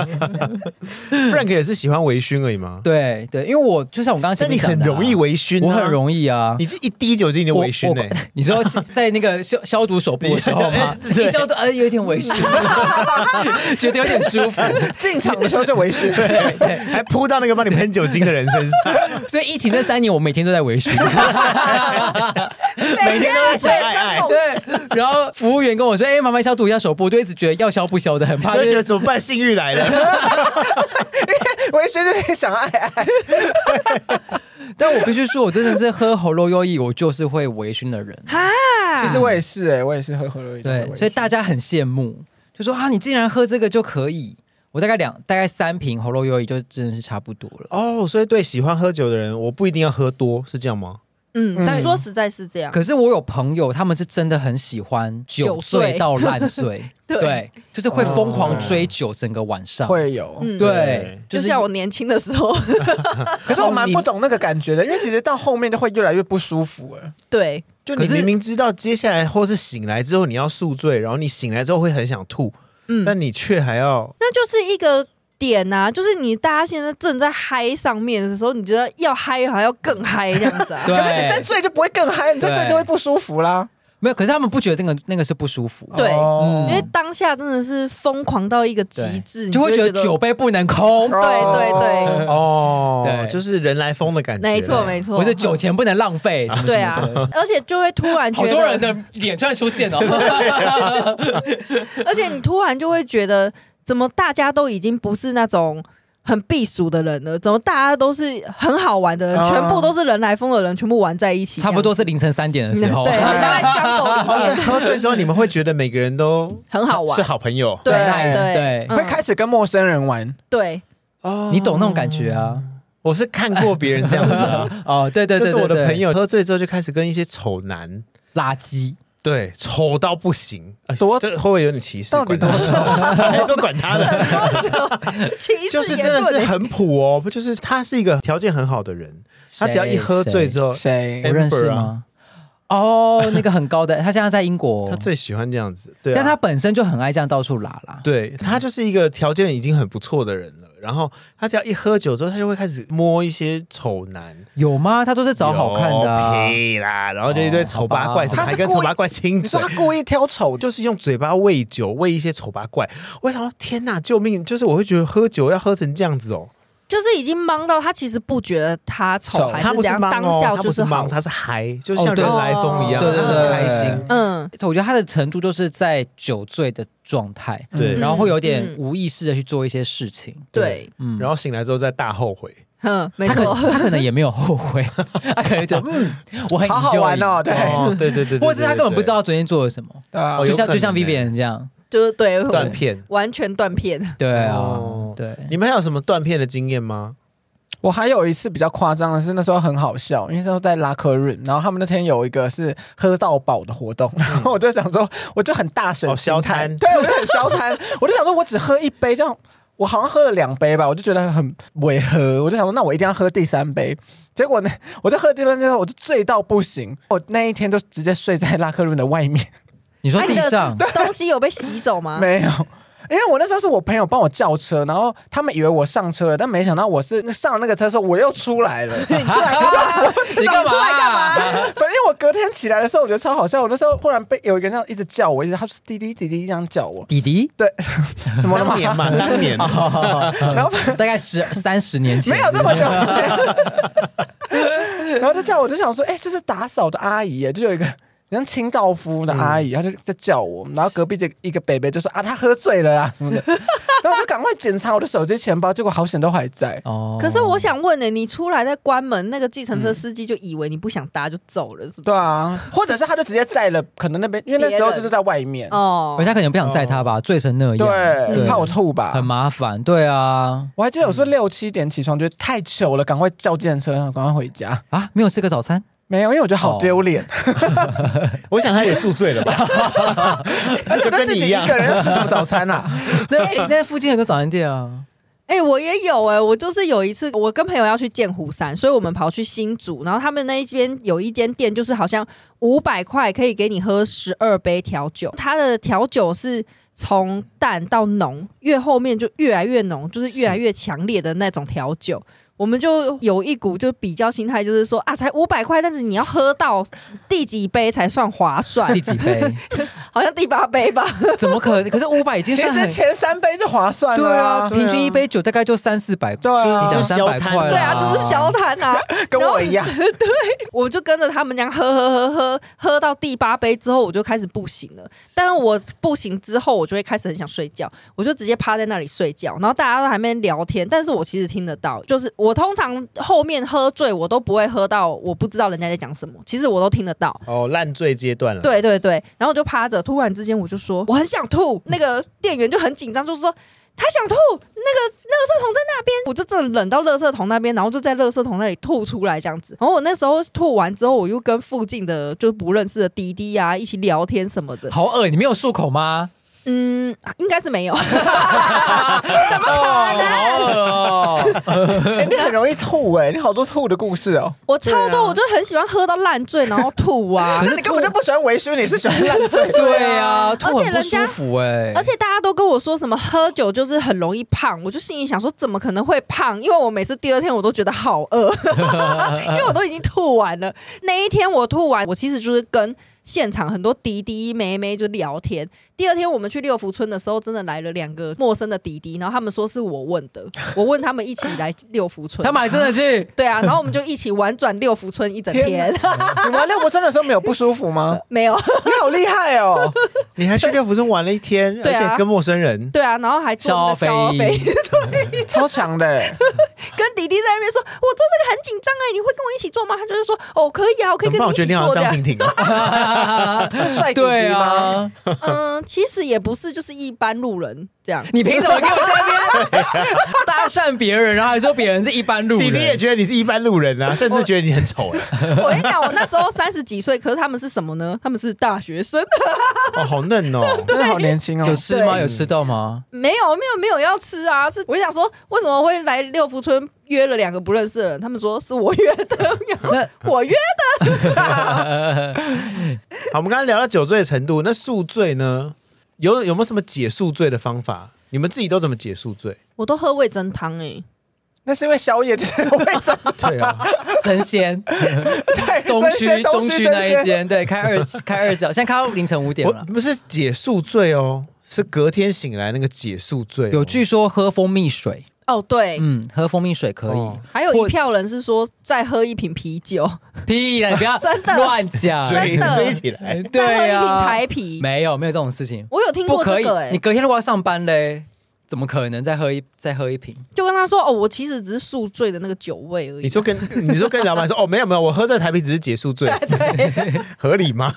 A: Frank 也是喜欢微醺而已吗？
C: 对对，因为我就像我刚刚
A: 那
C: 前面
A: 你
C: 讲
A: 很
C: 的啊，
A: 容易微醺、啊，
C: 我很容易啊。
A: 你这一滴酒精你就微醺欸
C: 我
A: 嘞、
C: 我 [laughs]
A: [laughs]
C: 你说在那个消消毒手部的时候吗？
A: 你 [laughs] 对
C: 一消毒，呃，有一
A: [laughs]
C: 点微醺，觉得有点舒服。
D: 进场的时候就微醺，
C: 对对，
A: 还扑到那个帮你喷酒精的人身上， [laughs]
C: 所以疫情那三年，我每天都在微醺。
A: 每天都在讲爱爱，
C: 对，然后服务员跟我说：“哎、麻烦消毒一下手部。”我就一直觉得要消不消的，很怕
A: 就
C: 就
A: 觉得
C: 是。
A: 怎么办？性欲来了，
D: [laughs] 微醺就可以想爱哎爱。
C: 但我必须说，我真的是喝喉咙优异，我就是会微醺的人。
B: 哈，
D: 其实我也是哎，我也是喝喝了一点
C: 对
D: 微，醺
C: 所以大家很羡慕，就说啊，你竟然喝这个就可以。我大概两大概三瓶喉咙优异就真的是差不多了。
A: [laughs] 哦，所以对喜欢喝酒的人，我不一定要喝多，是这样吗？
B: 嗯，
D: 嗯
B: 说实在是这样，
C: 可是我有朋友，他们是真的很喜欢酒
B: 酒醉
C: 醉到烂醉，
B: [laughs] 对
C: 就是会疯狂追酒整个晚上。
D: 会有，
B: 嗯
C: 对，
B: 就是像我年轻的时
C: [laughs]
B: 候，
D: 可是我蛮不懂那个感觉的，因为其实到后面就会越来越不舒服哎。
B: 对，
A: 就
C: 可
A: 你
C: 是
A: 明明知道接下来或是醒来之后你要宿醉，然后你醒来之后会很想吐，
B: 嗯，
A: 但你却还要
B: 那就是一个点呐、就是你大家现在正在嗨上面的时候，你觉得要嗨还要更嗨这样子啊？
D: 可是你再
C: [laughs] 对，
D: 醉就不会更嗨，你再醉就会不舒服啦。
C: 没有，可是他们不觉得那个那个是不舒服，
B: 对
D: 哦
B: 因为当下真的是疯狂到一个极致，你
C: 就会
B: 会
C: 觉得酒杯不能空，
B: 对对对
A: [laughs] 哦，
C: 对
A: 就是人来疯的感觉，
B: 没错没错，
C: 或者酒钱不能浪费，什么
B: 对啊，而且就会突然觉
C: 好
B: 得，
C: 多人的脸突然出现
B: [laughs]
C: 哦。
B: 而且你突然就会觉得，怎么大家都已经不是那种。很避暑的人了，怎么大家都是很好玩的人，
D: 啊
B: 全部都是人来疯的人，全部玩在一起，
C: 差不多是凌晨三点的
B: 这
C: 时
B: 样
C: 候， [laughs]
B: 对，大概江狗里
A: 哦。所以
B: 面
A: 喝醉之后，你们会觉得每个人都
B: 很好玩
A: 是，好朋友
B: 对
D: 对
C: 对
B: 嗯
D: 会开始跟陌生人玩，
B: [laughs] 对，
A: 哦
C: 你懂那种感觉？啊？
A: 我是看过别人这样子啊， [laughs]
C: 哦，对对
A: 就
C: 对，
A: 是我
C: 对
A: 的
C: 对
A: 朋友喝醉之后就开始跟一些丑男，
C: 垃圾，
A: 对，丑到不行，哎
D: 多
A: 这会不会有点歧视？
D: 到底多
A: 管他的 [laughs] 还说管他
B: [laughs]
A: 的，
B: 歧
A: 就
B: 视
A: 是
B: 言
A: 真的
B: 论
A: 是很普哦，不就是他是一个条件很好的人，他只要一喝醉之
C: 后，
A: 后，啊
D: 谁
C: 不？认识吗？哦，那个很高的，他现在在英国
A: 他，最喜欢这样子，对啊，
C: 但他本身就很爱这样到处拉啦。
A: 对他就是一个条件已经很不错的人了，然后他只要一喝酒之后，他就会开始摸一些丑男，
C: 有吗？他都是找好看的啊
A: 有。屁啦，然后就一堆丑八怪，
C: 哦
A: 什么
D: 好吧
A: 还跟丑八怪亲
D: 你说
A: 嘴
D: 他。故意挑丑就
A: 就是用嘴巴喂酒，喂一些丑八怪。我想说，天哪，救命！就是我会觉得喝酒要喝成这样子哦。
B: 就是已经忙到他其实不觉得他丑
D: 丑
B: 还
A: 他不
B: 怎
A: 是
B: 样，
A: 忙
B: 当
A: 哦，
B: 下
A: 他
B: 就
A: 不是
B: 好
A: 忙，。他是嗨，就像
C: 哦对
A: 人来疯一样，
B: 对对对
A: 很开心。
B: 嗯，
C: 我觉得他的程度就是在酒醉的状态，
A: 对，
B: 嗯
C: 然后会有点
B: 嗯
C: 无意识的去做一些事情。
B: 对，
C: 嗯，
A: 然后醒来之后再大后悔。
B: 嗯，没
C: 他可
B: 错，
C: 他可能也没有
A: [laughs]
C: 后悔，他可能就嗯，我很
D: 好好
C: enjoy
D: 玩哦，对，
A: 哦，对对对，
B: [laughs]
A: 对
C: 或者是他根本不
A: 对
C: 知。
A: 对
C: 道昨天做了什么，
D: 对
A: 哦
D: 啊
C: 就
A: 有可
C: 像
A: 能
C: 就像
A: 欸
C: Vivian 这样，
B: 就是对
A: 对断片。
B: 完全断片。
C: 对啊
A: 哦，
C: 对，
A: 你们还有什么断片的经验吗？
D: 我还有一次比较夸张的是，那时候很好笑，因为那时候在拉科润，然后他们那天有一个是喝到饱的活动，然后我就想说，我就很大神
A: 嗯哦消
D: 心态
A: 摊
D: 对我就很消摊， [laughs] 我就想说我只喝一杯，这样我好像喝了两杯吧，我就觉得很违和，我就想说那我一定要喝第三杯。结果呢， [laughs] 我就喝了第三杯之后，我就醉到不行，我那一天就直接睡在拉科润的外面，
C: 你说地
B: 哎
C: 上
B: 你的东西有被洗走吗？
D: 没有。因为我那时候是我朋友帮我叫车，然后他们以为我上车了，但没想到我是上了那个车的时候我又出来了，
A: [laughs]
C: 你干嘛？
D: [laughs] 反正我隔天起来的时候，我觉得超好笑。我那时候忽然被有一个人这样一直叫我，一直他说滴滴滴滴这样叫我，
C: 弟弟，
D: 对，什么的
A: 当年 [laughs] 嘛，当年
C: 然后 [laughs] 大概十三十年前，
D: 没有这么久以 [laughs] 前。然后就叫我，就想说，哎、这是打扫的阿姨耶，就有一个像清道嗯 [laughs] 夫的阿姨，她就在叫我。然后隔壁这一个北北就说啊，她喝醉了啦什么的。然然后我就赶快检查我的手机、钱包，结果好险都还在。
C: 哦
B: 可是我想问呢、你出来再关门，那个计程车司机就以为你不想搭就走了，是不
D: 对啊，或者是他就直接载了，可能那边因为那时候就是在外面
B: 是？，哦
C: 人，家可能不想载他吧，醉成那样，
D: 对，怕我吐吧
C: 很。麻烦。对啊，
D: 我还记得我是六七点起床，觉得太糗了，赶快叫计程车，然后赶快回家。
C: 啊，没有吃个早餐，
D: 没有，因为我觉得好丢脸，
A: 我想他也宿醉了吧，
D: 而
A: 就
D: 且哦 [laughs] 我就
A: 跟
D: 自
A: 你一
D: 己一
A: 样。
D: 个人要吃什么早餐啊？
C: 那哎那附近很多早餐店啊，
B: 哎、我也有哎、我就是有一次，我跟朋友要去剑湖山，所以我们跑去新竹，然后他们那一边有一间店，就是好像五百块可以给你喝十二杯调酒，它的调酒是从淡到浓，越后面就越来越浓，就是越来越强烈的那种调酒。我们就有一股就比较心态，就是说啊，才五百块，但是你要喝到第几杯才算划算
C: 第？几杯？
B: 好像第八杯吧。
C: 怎么可能？可是五百已经
D: 其
C: 算
D: 实
C: 很
D: 前三杯就划算
C: 对
D: 了
C: 啊，平均一
D: 杯。
C: 杯酒大概就三四百，
D: 对啊
C: 就
A: 是
C: 是两
D: 就
C: 三
A: 消
C: 百块
A: 摊
C: 啦
B: 对啊，就是小谈啊。
D: 跟我一样，
B: 我就跟着他们这样喝喝喝喝喝到第八杯之后，我就开始不行了。但是我不行之后，我就会开始很想睡觉，我就直接趴在那里睡觉。然后大家都还没聊天，但是我其实听得到，就是我通常后面喝醉，我都不会喝到我不知道人家在讲什么，其实我都听得到。
A: 哦，烂醉阶段了。
B: 对对对，然后我就趴着，突然之间我就说我很想吐，那个店员就很紧张，就是说。他想吐，那个垃圾桶在那边，我就真的忍到垃圾桶那边，然后就在垃圾桶那里吐出来这样子。然后我那时候吐完之后，我又跟附近的就不认识的滴滴啊一起聊天什么的。
C: 好恶，你没有漱口吗？
B: 嗯，应该是没 [laughs] 有，
C: 好
B: 啊
C: 恶哦！
D: [laughs] 哎你很容易吐哎、你好多吐的故事哦。
B: 我超多，我就很喜欢喝到烂醉然后吐啊 [laughs]
C: 可。
D: 那
C: 是。
D: 你根本就不喜欢微醺，你是喜欢烂醉
C: [laughs] 对啊，
B: 而
C: 吐
B: 且
C: 很不
B: 人家
C: 舒服哎，
B: 而且大家都跟我说什么喝酒就是很容易胖，我就心里想说怎么可能会胖？因为我每次第二天我都觉得好饿， [laughs] 因为我都已经吐完了。那一天我吐完，我其实就是跟现场很多滴滴妹妹就聊天。第二天我们去六福村的时候，真的来了两个陌生的滴滴，然后他们说是我问的，我问他们一起来六福村，
C: [laughs] 他们还真的去，
B: [laughs] 对啊，然后我们就一起玩转六福村一整天，
D: 你玩六国村的时候没有不舒服吗？
B: [laughs] 没有。
D: [laughs] 你好厉害哦！
A: 你还去六福村玩了一天，而
B: 对啊
A: 且跟陌生人。
B: 对啊，然后还做那个
C: 消
B: 消
C: 费
B: 费，
D: [laughs] 超强的、欸，
B: 跟弟弟在那边说，我做这个很紧张哎，你会跟我一起做吗？他就是说，哦，可以啊，我可以
A: 怎么
B: 跟
A: 办？
B: 你
A: 我
B: 一
A: 觉得
B: 起
A: 你好
B: 做
A: 像张
B: 这样。
A: 婷婷哦，
D: 是帅弟
C: 对
D: 弟吗？
C: 啊，
B: [laughs] 嗯，其实也不是，就是一般路人这样。
C: 你凭什么跟我在那边 [laughs] 搭讪别人，然后还说别人是一般路
A: 弟
C: 人？
A: 弟也觉得你是一般路人啊，甚至觉得你很丑
B: [laughs]
A: 哎，
B: 我跟你讲，我那时候三十几岁，可是他们是什么呢？他们是大学生， [laughs]
A: 哦，好嫩哦。
D: 真的好年轻哦
C: 有！吃吗？
B: 对
C: 有吃到吗？
B: 没有没有没有要吃啊。是我就想说，为什么会来六福村约了两个不认识的人？他们说是我约的，
C: [laughs]
B: 我想说我约
A: 好，我们刚才聊到酒醉的程度，那宿醉呢？有有没有什么解宿醉的方法？你们自己都怎么解宿醉？
B: 我都喝味增汤哎、
D: 那是因为宵夜就是味增，
A: 对啊，
C: 神仙
D: 对，
C: 东
D: 真
C: 区
D: 鲜
C: 东
D: [laughs] 东
C: 区
D: 真
C: 那一
D: 鲜。
C: 间，对，开二开二小，现在开到凌晨五点
A: 我
C: 了。
A: 不是解宿醉哦，是隔天醒来那个解宿醉哦、
C: 有据说喝蜂蜜水，
B: 哦对。
C: 嗯，喝蜂蜜水可
A: 哦
C: 以。
B: 还有
C: 或
B: 一票人是说再喝一瓶啤酒，
C: 屁啦，你不要
B: 真的
C: 乱讲。
A: 追
B: 真的
A: 追起来，
B: 再喝
C: 对
B: 一瓶
C: 呀
B: 台，啤。
C: 没有没有这种事情，
B: 我有听
C: 不
B: 过
C: 可
B: 这
C: 以
B: 个、欸，。
C: 你隔天如果要上班嘞，怎么可能再喝一再喝一瓶？
B: 就跟他说：“哦，我其实只是宿醉的那个酒味而已。”
A: 你说跟你说跟老板说哦，没有没有，我喝这台啤只是解宿醉， [laughs] 合理吗？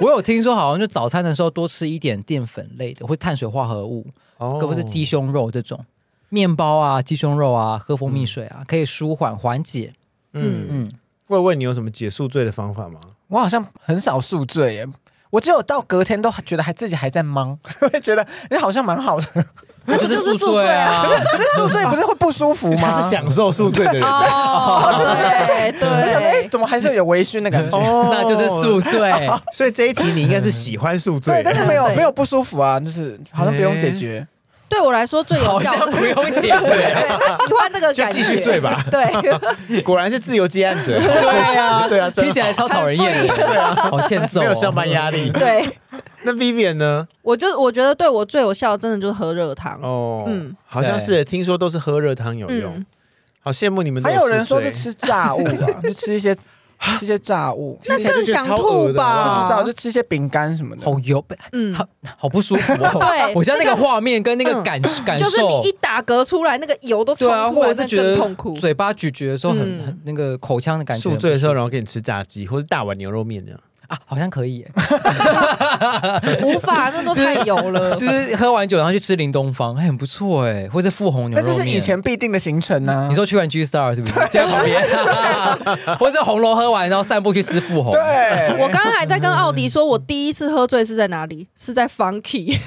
C: 我有听说，好像就早餐的时候多吃一点淀粉类的，或碳水化合物，
A: 哦
C: 或是鸡胸肉这种。面包啊，鸡胸肉啊，喝蜂蜜水啊，可以舒缓缓
A: [laughs]
C: 解。
A: 嗯，
C: 嗯，
A: 问问你有什么解宿醉的方法吗？
D: 我好像很少宿醉耶，我只有到隔天都觉得还自己还在忙， [laughs] 会觉得你好像蛮好的。
C: 那就
B: 就是是
C: 宿
B: 宿
C: 醉
B: 醉
C: 啊
B: 啊。
D: 可是宿醉不是会不舒服
A: [laughs]
D: 吗？
A: 他是享受宿醉的
B: [laughs]
A: 人。
B: 哦，对
D: 我就想说，哎，
B: 对，
D: 怎么还是有微醺的 [laughs] 感觉？
A: 哦
C: [laughs] 那就是宿醉，
A: 啊
C: [laughs]
A: 所以这一题你应该是喜欢宿醉
D: 对，但
A: 的，
D: 是没有
B: 对
D: 没有不舒服啊，就是好像不用解决。
B: 对我来说最
C: 好
B: 有效
C: 像
B: 的。
C: 不用解
B: 对，
C: 决。
B: 他喜欢这个
A: 就
B: 感觉。
A: 继续醉吧。
B: 对，
A: [laughs] 果然是自由接案者，
C: 对
A: [laughs]
C: 啊，
A: 对啊真好
C: 听起来超讨人厌的，对啊，好欠
A: [laughs]
C: 揍，
A: 没有上班。压力。
B: 对，
A: 那 Vivian 呢？
B: 我就我觉得对我最有效，的真的就是喝热汤。
A: 哦，
B: 嗯
A: 好像是，听说都是喝热汤有用
B: 嗯，
A: 好羡慕你们都
D: 还
A: 宿醉。
D: [laughs] 有人说是吃炸物啊，就吃一些吃一些炸 [laughs] 物，
A: 那
B: 更想吐
D: 啊不
B: 吧
D: 知道就吃一些饼干什么的。
C: 好油，
B: 嗯，
C: 好好不舒服哦。
B: [laughs] 对
C: 我现在那
B: 那
C: 个
B: 个
C: 画面跟那个感感
B: 就是
C: 受
B: 你一，打嗝出来，那个油都冲出
C: 对啊，
B: 来，
C: 或者
B: 那
C: 是觉
B: 更
C: 得
B: 痛苦。
C: 嘴巴咀嚼的时候很
B: 嗯
C: 很那个口腔的感觉
A: 宿
C: 很不舒服，
A: 醉的时候，然后给你吃炸鸡或是大碗牛肉面这样。
C: 啊，好像可以耶，
B: 无法，那都太油 [laughs] 了。
C: [laughs] 就是喝完酒然后去吃林东方，哎，很不错哎，或是富红牛
D: 那
C: 肉
D: 这
C: 面。
D: 是以前必定的行程啊呢
C: 你。说去完 G Star 是不是？就在旁
D: [laughs]
C: 边，或是红楼喝完然后散步去吃富红，
D: 对，
B: 我刚刚还在跟奥迪说，我第一次喝醉是在哪里？是在 Funky，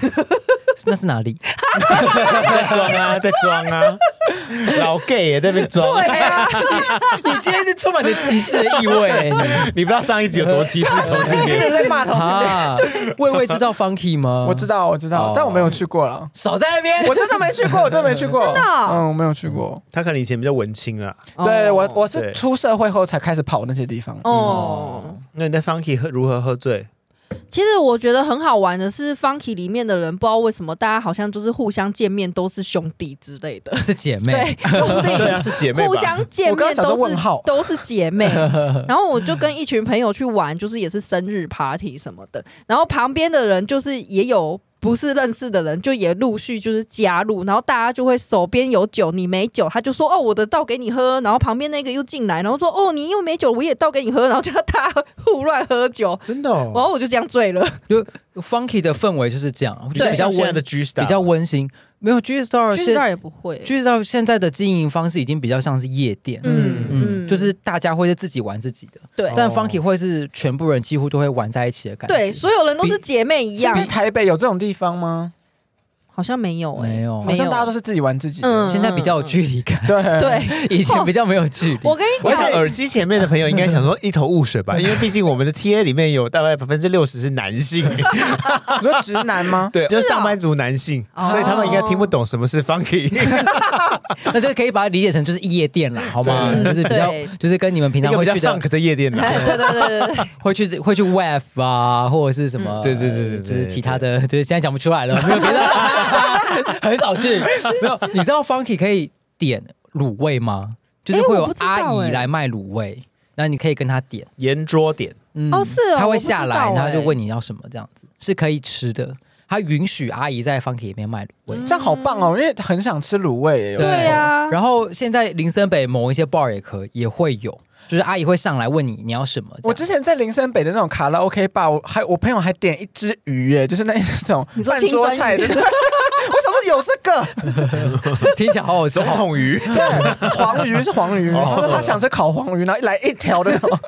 C: 那是哪里？
A: [laughs] 在装啊，在装啊， [laughs] 老 gay 也在那边装。
B: 啊，
C: 你今天是充满着歧视的意味
A: 你不知道上一集有多歧视同性
D: [laughs] 一
A: 恋。
D: 直在骂同性恋。
C: 啊！魏魏知道 Funky 吗？
D: 我知
C: 道，
D: 道，我知道
C: 哦，
D: 但我没有去过了。
C: 少在那边。
D: 我真的没去过，我真的没去过。真
B: 的哦
D: 嗯，我没有去过。
A: [laughs] 他可能以前比较文青啊。
D: 对我，我
A: 对
D: 是出社会后才开始跑那些地方。
B: 哦。
A: 那你在 Funky 喝如何喝醉？
B: 其实我觉得很好玩的是，Funky 里面的人不知道为什么，大家好像就是互相见面都是兄弟之类
D: [laughs]
B: 的，
C: 是姐妹
D: 哎
B: 对，，兄弟
A: 对啊，是姐妹
B: 互
A: 吧？
B: 相见
D: 我刚
B: 面
D: 刚想说
B: 都是
D: 问号
B: 都是姐
D: [laughs]
B: 妹，然后我就跟一群朋友去玩，就是也是生日 party 什么的，然后旁边的人就是也有。不是认识的人，就也陆续就是加入，然后大家就会手边有酒，你没酒，他就说哦我的倒给你喝，然后旁边那个又进来，然后说哦你又没酒，我也倒给你喝，然后就大家 [laughs] 互乱喝酒，
A: 真的
B: 然
A: 哦，
B: 后我就这样醉了。
C: 就 Funky 的氛围就是这样，我觉得比较
A: 像现在
C: 温
A: 的，G 啊 Star
C: 比较温馨。没有 G Star
B: 其实
C: 现
B: 倒也不会，
C: G Star 现在的经营方式已经比较像是夜店，
B: 嗯
C: 嗯，就是大家会是自己玩自己的，
B: 对
C: 但
A: 哦
C: Funky 会是全部人几乎都会玩在一起的感觉。
B: 对，所有人都是姐妹一
D: 现
B: 样
D: 在，台北有这种地方吗？
B: 好像没有哎、
C: 没有
D: 好像大家都是自己玩自己的。
B: 嗯
C: 现在比较有距离感，
A: 嗯
D: 对，
B: 对，
C: [laughs] 以
A: 哦
C: 前比较没有距离。
B: 我跟你
A: [laughs] 我想
B: 讲，
A: 耳机前面的朋友应该 [laughs] 想说一头雾水吧，因为毕竟我们的 TA 里面有大概百分之六十是男性，
D: 你说直男
B: [laughs]
D: 吗？
A: [laughs] 对，就是啊上班族男性，
B: 哦
A: 所以他们应该听不懂什么是
B: [laughs]
A: funky，
C: 那就可以把它理解成就是夜店了，好吗？
A: 对
C: 就是比较
B: 对，
C: 就是跟你们平
A: 一
C: 常
A: 个比
C: 会
A: 较
C: 去的，
A: funk 的夜店啦。[laughs]
B: [laughs] 对对对对对， [laughs]
C: 会去会去 wave 啊，或者是什
A: 嗯
C: 么，
A: 对对对对对
C: 就是其他的，就是现在讲不出来了， [laughs] 没有别的，很少去。没有，你知道 Funky 可以点卤味吗？就是会
B: 诶我
C: 有
B: 不知道
C: 阿姨
B: 诶
C: 来卖卤味，那你可以跟她点。
A: 圆桌点，
C: 嗯
B: 哦是哦
C: 他
B: 我
C: 会
B: 不
C: 下
B: 知
C: 来，
B: 道
C: 然后就
B: 欸
C: 问你要什么，这样子是可以吃的。他允许阿姨在 Funky 里面卖卤味。
D: 这样好棒哦，因为很想吃卤味耶。有时候
B: 对啊
C: 然后现在林森北某一些 bar 也可也会有，就是阿姨会上来问你你要什么。
D: 我之前在林森北的那种卡拉 OK 吧，我还我朋友还点一只鱼耶，就是那一种
B: 你说
D: 饭桌菜的。 [laughs]
B: 清
D: 我想说有这
B: [laughs]
D: 个，
C: 这样听起来好好吃
A: 总， [laughs] 统鱼，
D: 对，黄鱼是黄鱼，
A: 哦
D: 他说他想吃烤黄鱼，然后一来一条的
B: [laughs]
D: 那种。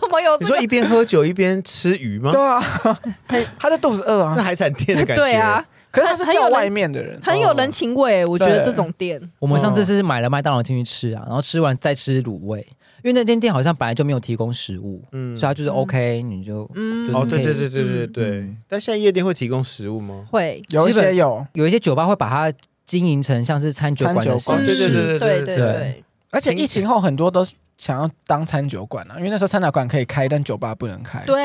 B: 怎么有
A: 你
B: 这
A: 说
B: 个？
A: 一边喝酒一边吃鱼吗
D: 对？啊， [laughs] 他的肚子饿
A: [laughs] 那
D: 啊，
A: 海产店的感觉。
B: [laughs] 对啊，，
D: 可是他是
B: 很有
D: 叫
B: 人
D: 外面的人，
B: 很有人情味、我觉得这种店，
C: 我们上次是买了麦当劳进去吃啊，然后吃完再吃卤味，因为那间店好像本来就没有提供食物，
A: 嗯
C: 所以他就是 OK，你就
B: 嗯，
A: 哦，
C: 嗯
A: 对对对对对
B: 嗯
A: 对。但现在夜店会提供食物吗？
B: 会
D: 有一
C: 基
D: 些
C: 本
D: 有，
C: 有一些酒吧会把它经营成像是餐酒馆的形
D: 餐酒馆
A: 对对
C: 式，
A: 对
B: 对
A: 对
B: 对
C: 哦对
D: 而且疫情后很多都想要当餐酒馆啊，因为那时候餐酒馆可以开，但酒吧不能开。
B: 对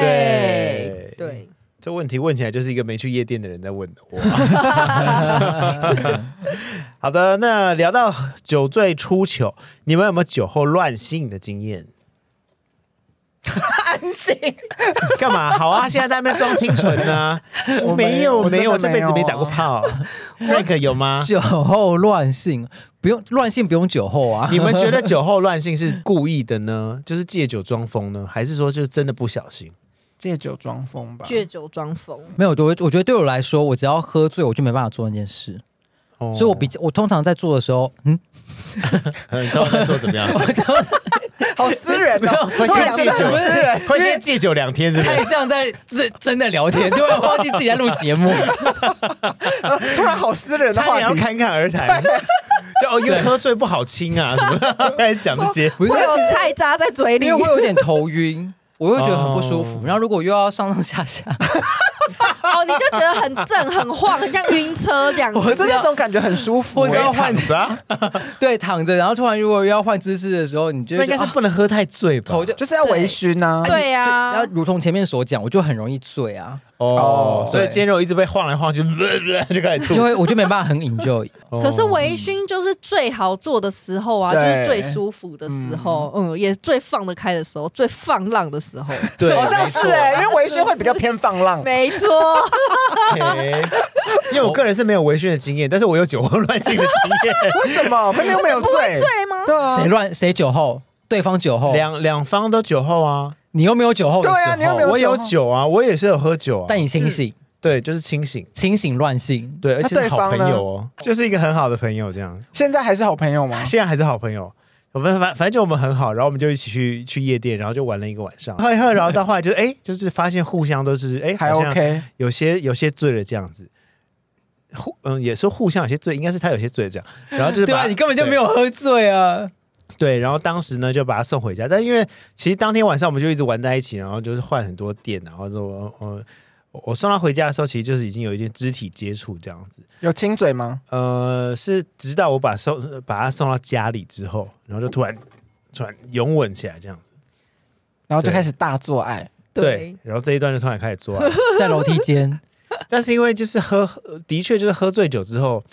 A: 对
B: 对，
A: 这问题问起来就是一个没去夜店的人在问的。 [laughs] 哇好的，那聊到酒醉出糗，你们有没有酒后乱性的经验？
D: 安静，
A: 干嘛？好啊，现在在那边装清纯呢、
D: 我没有
A: [laughs] 我
D: 我真的
A: 没有，我这辈子
D: 没
A: 没
D: 有啊
A: 打过 [laughs] 炮。Frank 有吗？
C: 酒后乱性，不用乱性不用酒后啊。
A: [laughs] 你们觉得酒后乱性是故意的呢，就是借酒装疯呢，还是说就是真的不小心？
D: 借酒装疯吧。
B: 借酒装疯，
C: 没有，我我觉得对我来说，我只要喝醉，我就没办法做那件事，
A: 哦
C: 所以我比较我通常在做的时候，嗯，
A: [laughs] 你知道我在做怎么样？
D: [laughs] 好私人哦，
A: [laughs] 会
D: 突
A: 先
D: 然
A: 戒
D: 觉得
A: 酒
D: 很私人。，
A: 会先戒酒两天，是不是？
C: 太像在真真的聊天，就会忘记自己在录节
D: [laughs]
C: 目。
D: 哦突然好私人的
A: 差
D: 话
A: 点要
D: 题。
A: 侃侃而谈，就哦，因为喝醉不好亲啊，什么开始讲这些。
C: 不是
B: 会有菜渣在嘴里
C: 因为，会有点头晕，我会觉得很不舒
A: 哦
C: 服。然后如果又要上上下下，
B: 哦，你就觉得很震、很晃，很像晕车这样子。
D: 可是那种感觉很舒服
C: 我知道
D: 欸，
A: 躺着啊，
C: 对，躺着，然后突然如果又要换姿势的时候，你就
A: 那
C: 会
A: 应该
C: 觉得
A: 是
C: 啊
A: 不能喝太醉吧？
C: 头就
D: 就是要微醺呐。
B: 对呀、
C: 然后
B: 啊，
C: 如同前面所讲，我就很容易醉啊，
A: 哦
D: 哦，
A: 所以
C: 对
A: 肩肉一直被晃来晃去，就开始 [laughs]
C: 就
A: 吐。 [laughs]
C: 会我就没办法很 enjoy。
A: 哦
B: 可是微醺就是最好做的时候啊，就
D: 对
B: 是最舒服的时候，嗯，也最放得开的时候，最放浪的时候，
A: 对，
D: 好像是哎、因为微醺会比较偏放浪。
B: 没错。
A: 没错嘿因为我个人是没有微醺的经验，但是我有酒后乱性的经验。
D: 为什么？肯定没有醉，
B: 醉吗？
D: 对啊
A: 哦
C: 谁，乱谁酒后，对方酒后，
A: [laughs] 两两方都酒后啊，
C: 你又没有酒后的时候，
D: 对啊你又没有
A: 我有酒啊，我也是有喝酒啊，
C: 但你清醒，
A: 对，就是清醒，
C: 清醒乱性，
A: 对，而且是
D: 对
A: 好
D: 方
A: 朋
D: 呢
A: 友哦，就是一个很好的朋友这样。
D: 现在还是好朋友吗？
A: 啊现在还是好朋友。我们反反正就我们很好，然后我们就一起去去夜店，然后就玩了一个晚上，喝一喝，然后到后来就是哎、就是发现互相都是哎、
D: 还
A: 好像
D: OK，
A: 有些有些醉了这样子，互嗯也是互相有些醉，应该是他有些醉这样，然后就是
C: 对
A: 把
C: 啊，你根本就没有喝醉啊，
A: 对，然后当时呢就把他送回家，但因为其实当天晚上我们就一直玩在一起，然后就是换很多店，然后就我我我送他回家的时候，其实就是已经有一些肢体接触这样子，
D: 有亲嘴吗？
A: 呃，是直到我把送把他送到家里之后，然后就突然突然拥吻起来这样子。
D: 然后就
A: 对
D: 开始大做爱，
B: 对，
A: 然后这一段就突然开始做爱，
C: [laughs]
A: [laughs]
C: 在楼梯间，
A: 但是因为就是喝，的确就是喝醉酒之后，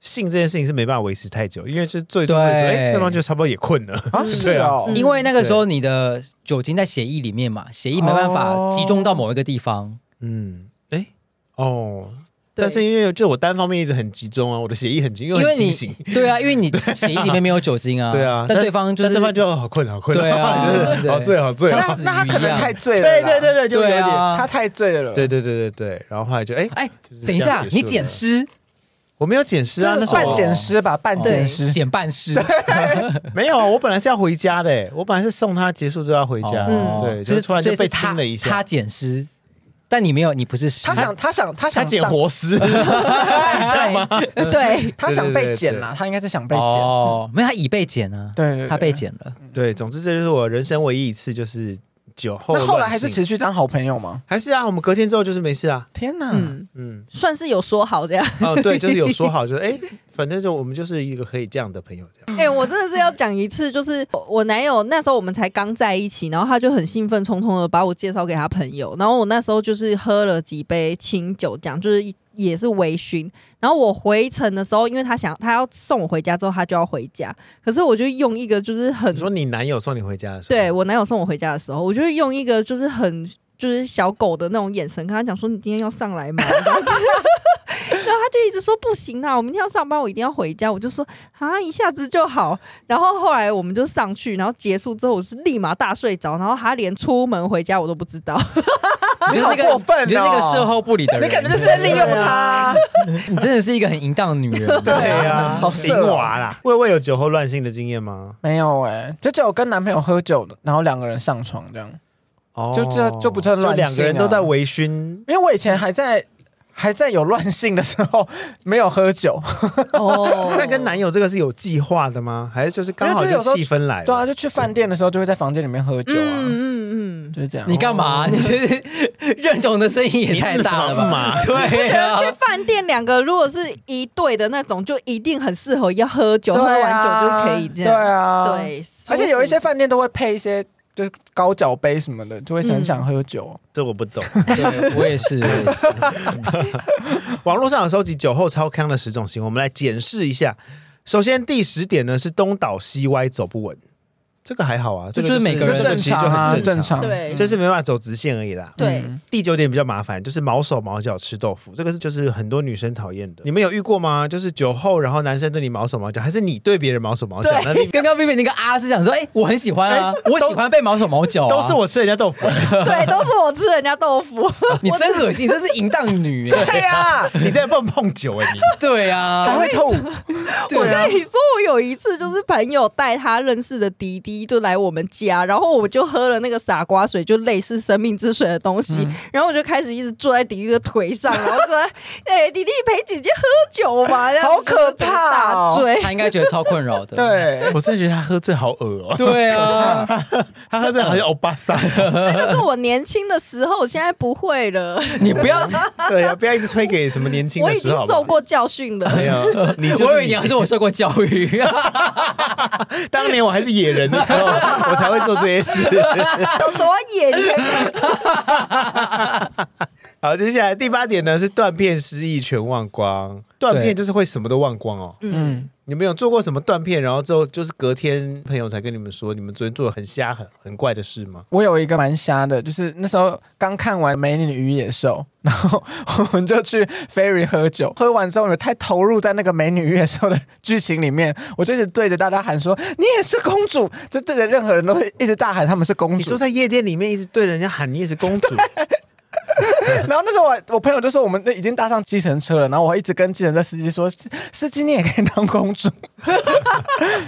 A: 性这件事情是没办法维持太久，因为就是醉醉醉，
C: 对
A: 哎，对方就差不多也困了。
D: 啊，
B: 嗯
D: 是哦，
B: 对啊
C: 因为那个时候你的酒精在血液里面嘛，血液没办法
D: 哦
C: 集中到某一个地方，
A: 嗯，哎，哦， [laughs] 但是因为就我单方面一直很集中啊，我的血液很集，因
C: 因
A: 很
C: 为
A: 清
C: 你
A: 醒。
C: 对啊，因为你血液里面没有酒精
A: [laughs]
C: 啊，
A: 对啊
C: 但对方就
A: 但
C: 是
A: 对方就好哦困，好困，
C: 对啊
A: [laughs] 就是
C: 对
A: 好醉，好醉。
C: 像
A: 好
D: 那
A: 醉
D: 那他
C: 死鱼
D: 可
C: 一
D: 能
C: 样
D: 太醉
A: 啊 [laughs] 对
D: 了啦，
A: 对对对，就有
C: 对
A: 点，
C: 啊，
D: 他太醉了，
A: 对对对对对。然后后来就哎，
C: 哎，
A: 就是
C: 等一
A: 这样
C: 下，
A: 结束
C: 你
A: 了
C: 捡尸，
A: 我没有捡尸啊，
D: 就
A: 那
D: 是
A: 时候
D: 半捡尸吧，
A: 哎
D: 半捡尸，
C: 捡半尸，
A: 没有，啊我本来是要回家的欸，我本来是送他结束之后要回家，
C: 哦
B: 嗯
A: 对，
C: 就
A: 就是突然
C: 所
A: 就
C: 以
A: 被
C: 是
A: 亲
C: 他
A: 了一下，
C: 他捡尸，但你没有，你不是尸，
D: 他想他想他
A: 他
D: 想
A: 捡
D: 当，
A: 活尸，
B: 这样吗？ [laughs]
D: [laughs]
B: 对，
D: 他想
A: 对对对
D: 被
A: 对
D: 剪啦，他应该是想被剪，
C: 哦，没有，他已被捡啊，
D: 对对对
C: 他被捡
A: [laughs]
C: 了，
A: [laughs] 对，总之这就是我人生唯一一次就是酒后乱
D: 那
A: 性。
D: 后来还是持续当好朋友吗？
A: 还是啊，我们隔天之后就是没事啊，
D: 天哪，
B: 嗯，
A: 嗯，
B: 算是有说好这样。
A: 哦，对，就是有说好，
D: [laughs]
A: 就是哎，反正就我们就是一个可以这样的朋友这
D: 嗯
A: 样。
B: [laughs] 哎、我真的是要讲一次，就是我我男友那时候我们才刚在一起，然后他就很兴奋冲冲的把我介绍给他朋友，然后我那时候就是喝了几杯清酒，这样就是一也是微醺。然后我回程的时候，因为他想他要送我回家之后，他就要回家，可是我就用一个就是很
A: 你说你男友送你回家的时候，
B: 对我男友送我回家的时候，我就会用一个就是很就是小狗的那种眼神跟他讲说：“你今天要上来吗？” [laughs] 然后他就一直说不行啊，我明天要上班，我一定要回家。我就说啊，一下子就好。然后后来我们就上去，然后结束之后，我是立马大睡着，然后他连出门回家我都不知道。
C: 你就是那
D: 你好
C: 个，
D: 过分哦
C: 你就是那个售后不理的人，
D: 你感觉就是在利用他，
C: [laughs] 你真的是一个很淫荡的女人，
A: 对呀，
D: [laughs] 好
A: 淫
D: 色哦
A: 娃啦。魏魏有酒后乱性的经验吗？
D: [laughs] 没有哎，就只有跟男朋友喝酒，然后两个人上床这样，
A: 哦
D: 就这就不算乱性啊
A: 两个人都在微醺，
D: 因为我以前还在还在有乱性的时候没有喝酒，
B: 哦
A: 那跟男友这个是有计划的吗？还是就是刚好
D: 没有就
A: 就
D: 是有时候
A: 气氛来了？
D: 对啊，就去饭店的时候就会在房间里面喝酒啊，
B: 嗯嗯嗯，
D: 就是这样。哦
C: 你干嘛？你这是认同的声音也太大了吧？
A: 嘛？
C: 对啊呀、
B: 去饭店两个如果是一对的那种，就一定很适合要喝酒，喝
D: 对
B: 完
D: 啊
B: 酒就可以这
D: 对
B: 样。
D: 啊，
B: 对，
D: 而且有一些
B: 舒服
D: 饭店都会配一些就是高脚杯什么的，就会很想喝酒。哦
A: 这我不懂。 [laughs]
C: 对我也是，我也是。
A: 网络上有收集酒后超康的十种行为，我们来检视一下。首先第十点呢是东倒西歪走不稳，这个还好啊，这
C: 这
A: 个
C: 就是
A: 是
C: 每个人
A: 这
D: 就
A: 个
D: 正
A: 其实就
D: 常啊，
A: 很
D: 正
A: 正常，
D: 常。
B: 对
A: 就是没办法走直线而已啦。
B: 对。
D: 嗯
A: 第九点比较麻烦，就是毛手毛脚吃豆腐，这个是就是很多女生讨厌的。你们有遇过吗？就是酒后，然后男生对你毛手毛脚，还是你对别人毛手毛脚？那你
C: [laughs] 刚刚 Vivi 那个啊是想说，哎、我很喜欢 [laughs] 啊，我喜欢被毛手毛脚、啊，
A: 都是，我吃人家豆腐， [laughs]
B: 对，都是我吃人家豆腐。
C: 你真恶心，这是淫荡女、哎
D: 对
B: 啊
D: 呀，
A: 你在碰碰酒哎、你
C: 对呀、
D: 还
C: [laughs] 啊，
D: 会吐，
A: 啊
B: 我跟你说，我有一次就是朋友带他认识的弟弟就来我们家，然后我就喝了那个傻瓜水，就类似生命之水的东西，
A: 嗯
B: 然后我就开始一直坐在弟弟的腿上，然后
A: [laughs]
B: 说：“哎、弟弟陪姐姐喝酒嘛。”然后
D: 好可怕哦
B: 就
A: [laughs]
B: 是大醉。
C: 她应该觉得超困扰的。
D: 对，
A: 我真的觉得他喝醉好恶哦、
C: 对啊，
A: 他喝醉好像欧巴桑。
B: 那个是我年轻的时候，现在不会了，
C: 你不要，
A: [laughs] 对啊，不要一直推给什么年轻
B: 我
A: 的
B: 已
A: 时
B: 经
A: 候好不好。
B: 受过教训了。
A: 哎呀，你就是
C: 我以为你要说我受过教 [laughs] 育，
A: 当年我还是野人的时候，我 [laughs] 才会做这些事。
B: 有多野？你
A: 好，接下来第八点呢是断片失忆全忘光，断片
C: 对
A: 就是会什么都忘光哦。
B: 嗯，
D: 嗯，
A: 你们有做过什么断片，然后之后就是隔天朋友才跟你们说你们昨天做了很瞎很很怪的事吗？
D: 我有一个蛮瞎的，就是那时候刚看完《美女与野兽》，然后我们就去 Ferry 喝酒，喝完之后我们太投入在那个《美女与野兽》的剧情里面，我就一直对着大家喊说：“你也是公主！”就对着任何人都会一直大喊他们是
A: [laughs]
D: 公
A: 你
D: 主
A: 说。在夜店里面一直对人家喊你也是公 [laughs] 主，
D: 然后那时候我我朋友就说我们已经搭上计程车了，然后我一直跟计程车司机说：“司机你也可以当公主。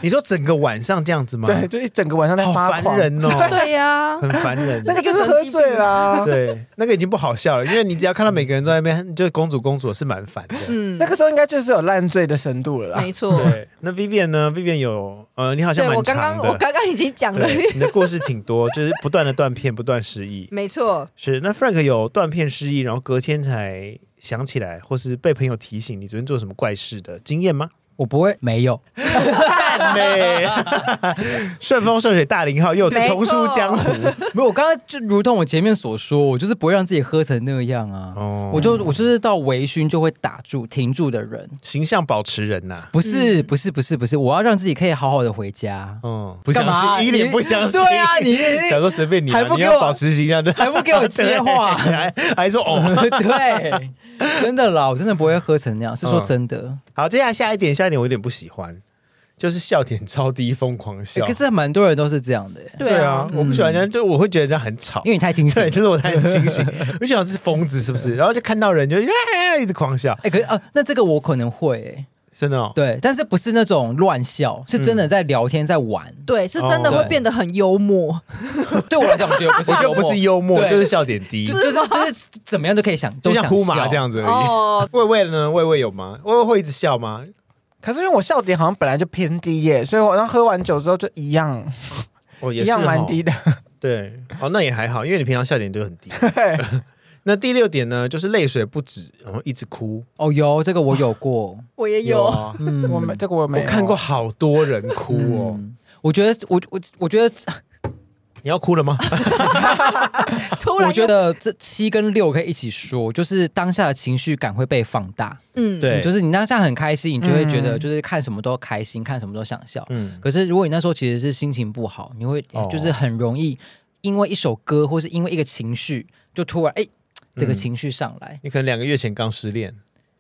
A: 你说整个晚上这样子”吗？
D: 对，，就一整个晚上在
A: 好
D: 发
A: 烦 [laughs]
D: 狂。
A: 人哦，
B: 对呀、
A: 很烦人。
D: 那个就是喝醉啊
A: [laughs]
D: 啦。
A: 对，那个已经不好笑了，因为你只要看到每个人都在那边就是公主公主是蛮烦的。
B: 嗯，
D: 那个时候应该就是有烂醉的深度了啦。
B: 没错。
A: 对，那 Vivian 呢？Vivian 有呃，你好像
B: 对
A: 蛮
B: 我刚
A: 长
B: 刚
A: 的。
B: 我刚刚已经讲了，
A: 对，你的故事挺多，就是不断的断片，不断失忆。
B: [laughs] 没错。
A: 是，那 Frank 有断片失忆，然后隔天才想起来，或是被朋友提醒你昨天做什么怪事的经验吗？
C: 我不会没有，
A: 蛋呢？ [laughs] 顺风顺水大零号又
B: [laughs] 没
A: 重
B: 错
A: 出江
C: [laughs]
A: 湖。
C: 没有。我刚刚就如同我前面所说，我就是不会让自己喝成那样啊。
A: 哦
C: 我就我就是到微醺就会打住停住的人，
A: 形象保持人呐、
C: 不是不是不是不是，我要让自己可以好好的回家。
A: 嗯，不
C: 干
A: 相
C: 嘛
A: 信，一脸不相信。
C: 对啊，你
A: [laughs] 想说随便你、啊
C: 还，不
A: 你
C: 给
A: 要
C: 我
A: 保持形象，
C: 还不给我接话
A: [laughs] 对还还说哦。 [laughs]
C: 对，真的啦，我真的不会喝成那样，是说
A: 嗯
C: 真的。
A: 好，接下来下一点，下一点我有点不喜欢，就是笑点超低，疯狂
C: 欸
A: 笑。
C: 可是蛮多人都是这样的欸，
A: 对啊，我不喜欢人家，就我会觉得人家很吵
C: 因。为你太清醒
A: 对，。就是我太清醒， [laughs] 我就想是疯子是不是？然后就看到人就啊一直狂笑，
C: 哎、可是啊，那这个我可能会欸、
A: 真的哦。
C: 对，但是不是那种乱笑，是
A: 嗯
C: 真的在聊天，在玩。
B: 对，是真的
A: 哦
B: 会变得很幽默。
C: 对我来讲，我觉得不是
A: [laughs] 我觉得
C: 幽默，
A: 不是幽默，
C: 对
A: 就是笑点低，
C: 就就是就是怎么样都可以想，
A: 就
C: 都
A: 像
C: 想
A: 呼麻
C: 笑
A: 这。样子而已。
B: 哦，
A: 魏魏呢？魏魏有吗？魏魏会一直笑吗？
D: 可是因为我笑点好像本来就偏低耶，所以我然后喝完酒之后就一样
A: 哦，也
D: 一
A: 是
D: 样
A: 哦
D: 蛮低的。
A: 对，哦，那也还好，因为你平常笑点就
C: [laughs]
A: 很低。
D: 对，
A: 那第六点呢，就是泪水不止，然后一直哭。
C: 哦，有这个我有过，
B: [laughs] 我也有，
A: 啊，
C: 嗯，
D: 我没这个我
A: [laughs]
D: 没
A: 我
D: 有
A: 看过，好多人哭哦。
C: 嗯我觉得我我我觉得
A: 你要哭了
C: [laughs]
A: 吗？
B: 突然
C: 我觉
B: 又
C: 得这七跟六可以一起说，就是当下的情绪感会被放大。
B: 嗯，
A: 对
C: 就是你当下很开心，你就会觉得
D: 嗯
C: 就是看什么都开心，看什么都想笑。
A: 嗯，
C: 可是如果你那时候其实是心情不好，你会
A: 哦
C: 就是很容易因为一首歌或是因为一个情绪，就突然哎、这个
A: 嗯
C: 情绪上来。
A: 你可能两个月前刚失恋，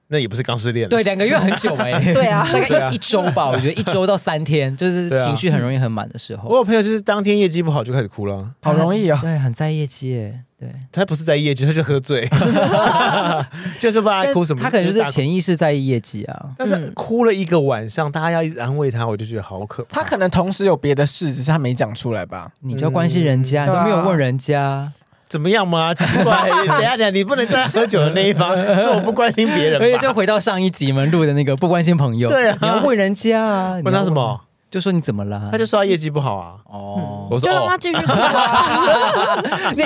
A: 那也不是刚失恋了。
C: 对，两个月很久哎、
B: [laughs] 对啊
C: 大
A: 对
C: 概
A: 啊
C: 一一周吧，我觉得一周到三天，就是
A: 对啊
C: 情绪很容易很满的时候
A: 我，有朋友就是当天业绩不好就开始哭了，
D: 好容易
C: [laughs]
D: 哦。
C: 对，很在业绩哎，对，
A: 他不是在业绩，他就喝
C: [laughs]
A: 醉， [laughs] 就是不知道
C: 但
A: 他哭什么。
C: 他可能就
A: 大哭，
C: 是潜意识在意业绩啊，
A: 但是哭了一个晚上，大家要一直安慰他，我就觉得好可怕。
D: 他可能同时有别的事，只是他没讲出来吧。
C: 你就要关心人家，
D: 嗯
C: 你都没
D: 对啊
C: 有问人家，
A: 怎么样吗？奇
C: [laughs]
A: 怪，等一下等一下，你不能站在喝酒的那一方，说我不关心别人
C: 而且哎就
A: 吧？
C: 回到上一集我们录的那个不关心朋友，
A: 对啊
C: 你要问人家啊，你
A: 问他
C: 要
A: 什么？
C: 就说你怎么了？
A: 他就说他业绩不好啊。
C: 哦，
A: 我
B: 就
A: 说
B: 让他
A: 哦，
B: 继续哭啊。
C: 你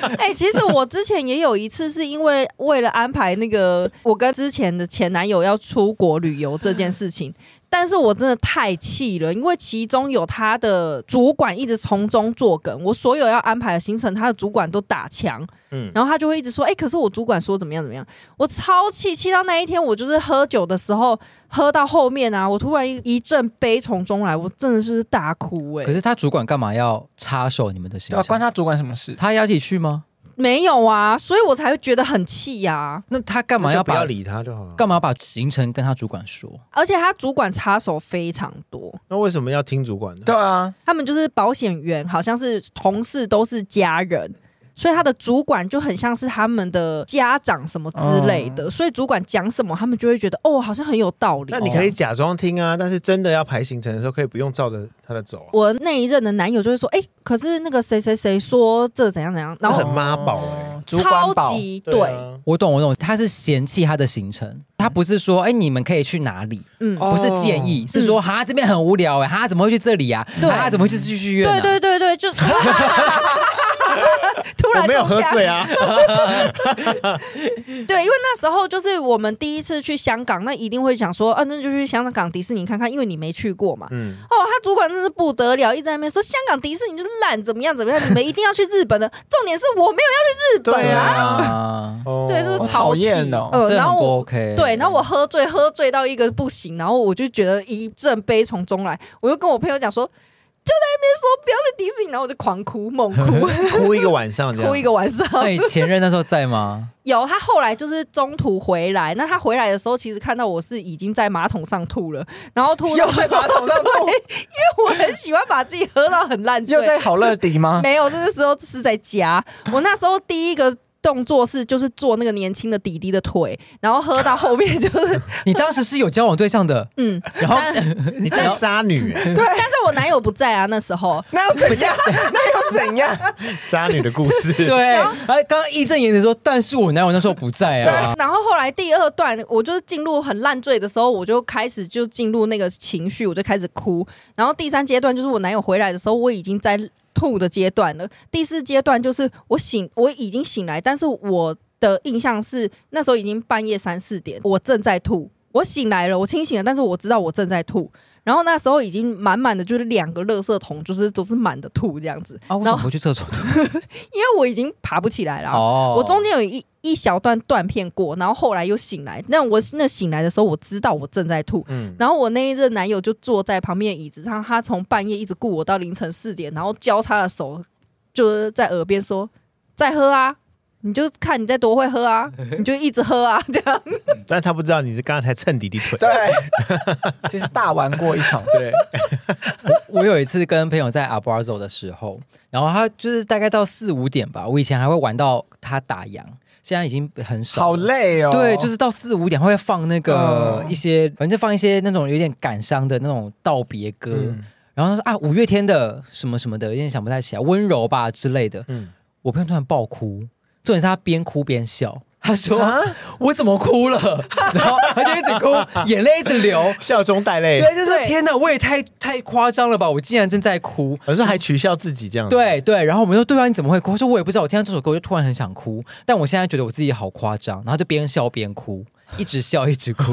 B: [laughs] 哎、其实我之前也有一次，是因为为了安排那个我跟之前的前男友要出国旅游这件事情，但是我真的太气了，因为其中有他的主管一直从中作梗，我所有要安排的行程，他的主管都打枪，
A: 嗯，
B: 然后他就会一直说，哎、可是我主管说怎么样怎么样，我超气，气到那一天我就是喝酒的时候，喝到后面啊，我突然一一阵悲从中来，我真的是大哭哎、
C: [laughs] 可是他主管干嘛要插手你们的行
D: 对啊，关
C: 程？
D: 他主管什么事？
C: 他要一起去吗？
B: 没有啊，所以我才会觉得很气呀、
C: 那他干嘛
A: 那就
C: 要
A: 不要
C: 把
A: 理他就好了。
C: 干嘛把行程跟他主管说？
B: 而且他主管插手非常多，
A: 那为什么要听主管
D: 对
A: 的？
D: 啊，
B: 他们就是保险员，好像是同事都是家人，所以他的主管就很像是他们的家长什么之类
A: 嗯
B: 的，所以主管讲什么，他们就会觉得哦，好像很有道理
A: 那。你可以假装听啊，但是真的要排行程的时候，可以不用照着他的走啊。
B: 我那一任的男友就会说，哎、可是那个谁谁谁说这怎样怎样，
A: 那
B: 然后
A: 很妈宝
B: 哦
A: 哎，
D: 主管
B: 超
D: 宝，
B: 级对，
A: 啊，
C: 我懂，我懂，他是嫌弃他的行程，他不是说哎、你们可以去哪里，
B: 嗯，
A: 哦
C: 不是建议，是说欸哈这边很无聊哎、哈怎么会去这里啊？
B: 对 [laughs]
C: 哈怎么会去继续院、啊？
B: 对对对对，就是。突然
A: 我没有
B: 中
A: 喝
B: 枪
A: 醉啊，
B: 对，因为那时候就是我们第一次去香港，那一定会想说，啊，那就去香港迪士尼看看，因为你没去过嘛。
A: 嗯，
B: [laughs] 哦，他主管真是不得了，一直在那边说香港迪士尼就是烂，怎么样怎么样，你们一定要去日本的。重点是我没有要去日
A: 对
B: 本啊，
C: 啊，
A: 哦
B: 对，就是
D: 好
B: 超
D: 讨
B: 气
D: 厌
C: [laughs]
D: 哦
B: 呃
C: 这
B: 然
C: 很
B: 后
C: 不
B: 我
C: OK。
B: 对，然后我喝醉，喝醉到一个不行，然后我就觉得一阵悲从中来，我就跟我朋友讲说，就在那边说不要去迪士尼，然后我就狂哭，猛
D: [laughs]
B: 哭， [laughs]
A: 哭一个晚上这样，
B: 哭一个晚上。
C: [laughs] 那你前任那时候在 [laughs] 吗？
B: [laughs] 有，他后来就是中途回来，那他回来的时候，其实看到我是已经在马桶上吐了，然后吐
D: 又
B: 到
D: 在马桶上
B: 对
D: 吐
B: 因为我很喜欢把自己喝到很烂醉。
D: 又在好乐迪吗？
B: 没有，这个时候是在家。我那时候第一个动作是就是做那个年轻的弟弟的腿，然后喝到后面
D: [laughs]
B: 就是
C: 你当时是有交往对象的，
B: 嗯，
C: 然后
B: 但
C: [laughs]
A: 你真的渣女，哎
B: 但是我男友不在 [laughs] 啊，那时候
D: 那又怎样？ [laughs] 那又怎样？
A: 渣女的故
B: [laughs]
A: 事，
C: 对，哎，刚刚义正言辞说，但是我男友那时候不在啊。
B: 然后后来第二段，我就是进入很烂醉的时候，我就开始就进入那个情绪，我就开始哭。然后第三阶段就是我男友回来的时候，我已经在吐的阶段了。第四阶段就是我醒，我已经醒来，但是我的印象是那时候已经半夜三四点，我正在吐。我醒来了，我清醒了，但是我知道我正在吐。然后那时候已经满满的就是两个垃圾桶，就是都是满的吐这样子。
C: 啊，我
B: 然
C: 怎
B: 后
C: 么不去厕所？
B: 因为我已经爬不起来了啊、
C: 哦 [laughs]
B: 我中间有一一小段断片过，然后后来又醒来。那我那醒来的时候，我知道我正在吐。
A: 嗯，
B: 然后我那一任男友就坐在旁边的椅子上，他从半夜一直顾我到凌晨四点，然后交叉的手就是在耳边说：“再喝啊，你就看你再多会喝啊，你就一直喝啊。” [laughs] 这样
A: 但他不知道你是刚才蹭弟弟腿，
D: 对，其实大玩过一场。
A: 对，
C: 我有一次跟朋友在阿巴 o 的时候，然后他就是大概到四五点吧，我以前还会玩到他打烊，现在已经很少了。
D: 好累哦。
C: 对，就是到四五点会放那个
D: 嗯
C: 一些，反正就放一些那种有点感伤的那种道别歌。
A: 嗯
C: 然后他说啊，五月天的什么什么的，有点想不太起来，温柔吧之类的。
A: 嗯
C: 我朋友突然爆哭，重点是他边哭边 [laughs] 笑。他说：“
D: 啊
C: 我怎么哭 [laughs] 了？”然后他就一直哭，眼泪一直流。
A: 笑中带泪，
C: [laughs] 对，就
B: 对
C: 是天哪，我也太太夸张了吧！我竟然正在哭。
A: 有时候还取笑自己这样，，
C: 对对，然后我们说对啊，你怎么会哭？他说我也不知道，我听到这首歌我就突然很想哭，但我现在觉得我自己好夸张，然后就边笑
A: [laughs]
C: 边哭，一直笑一直哭，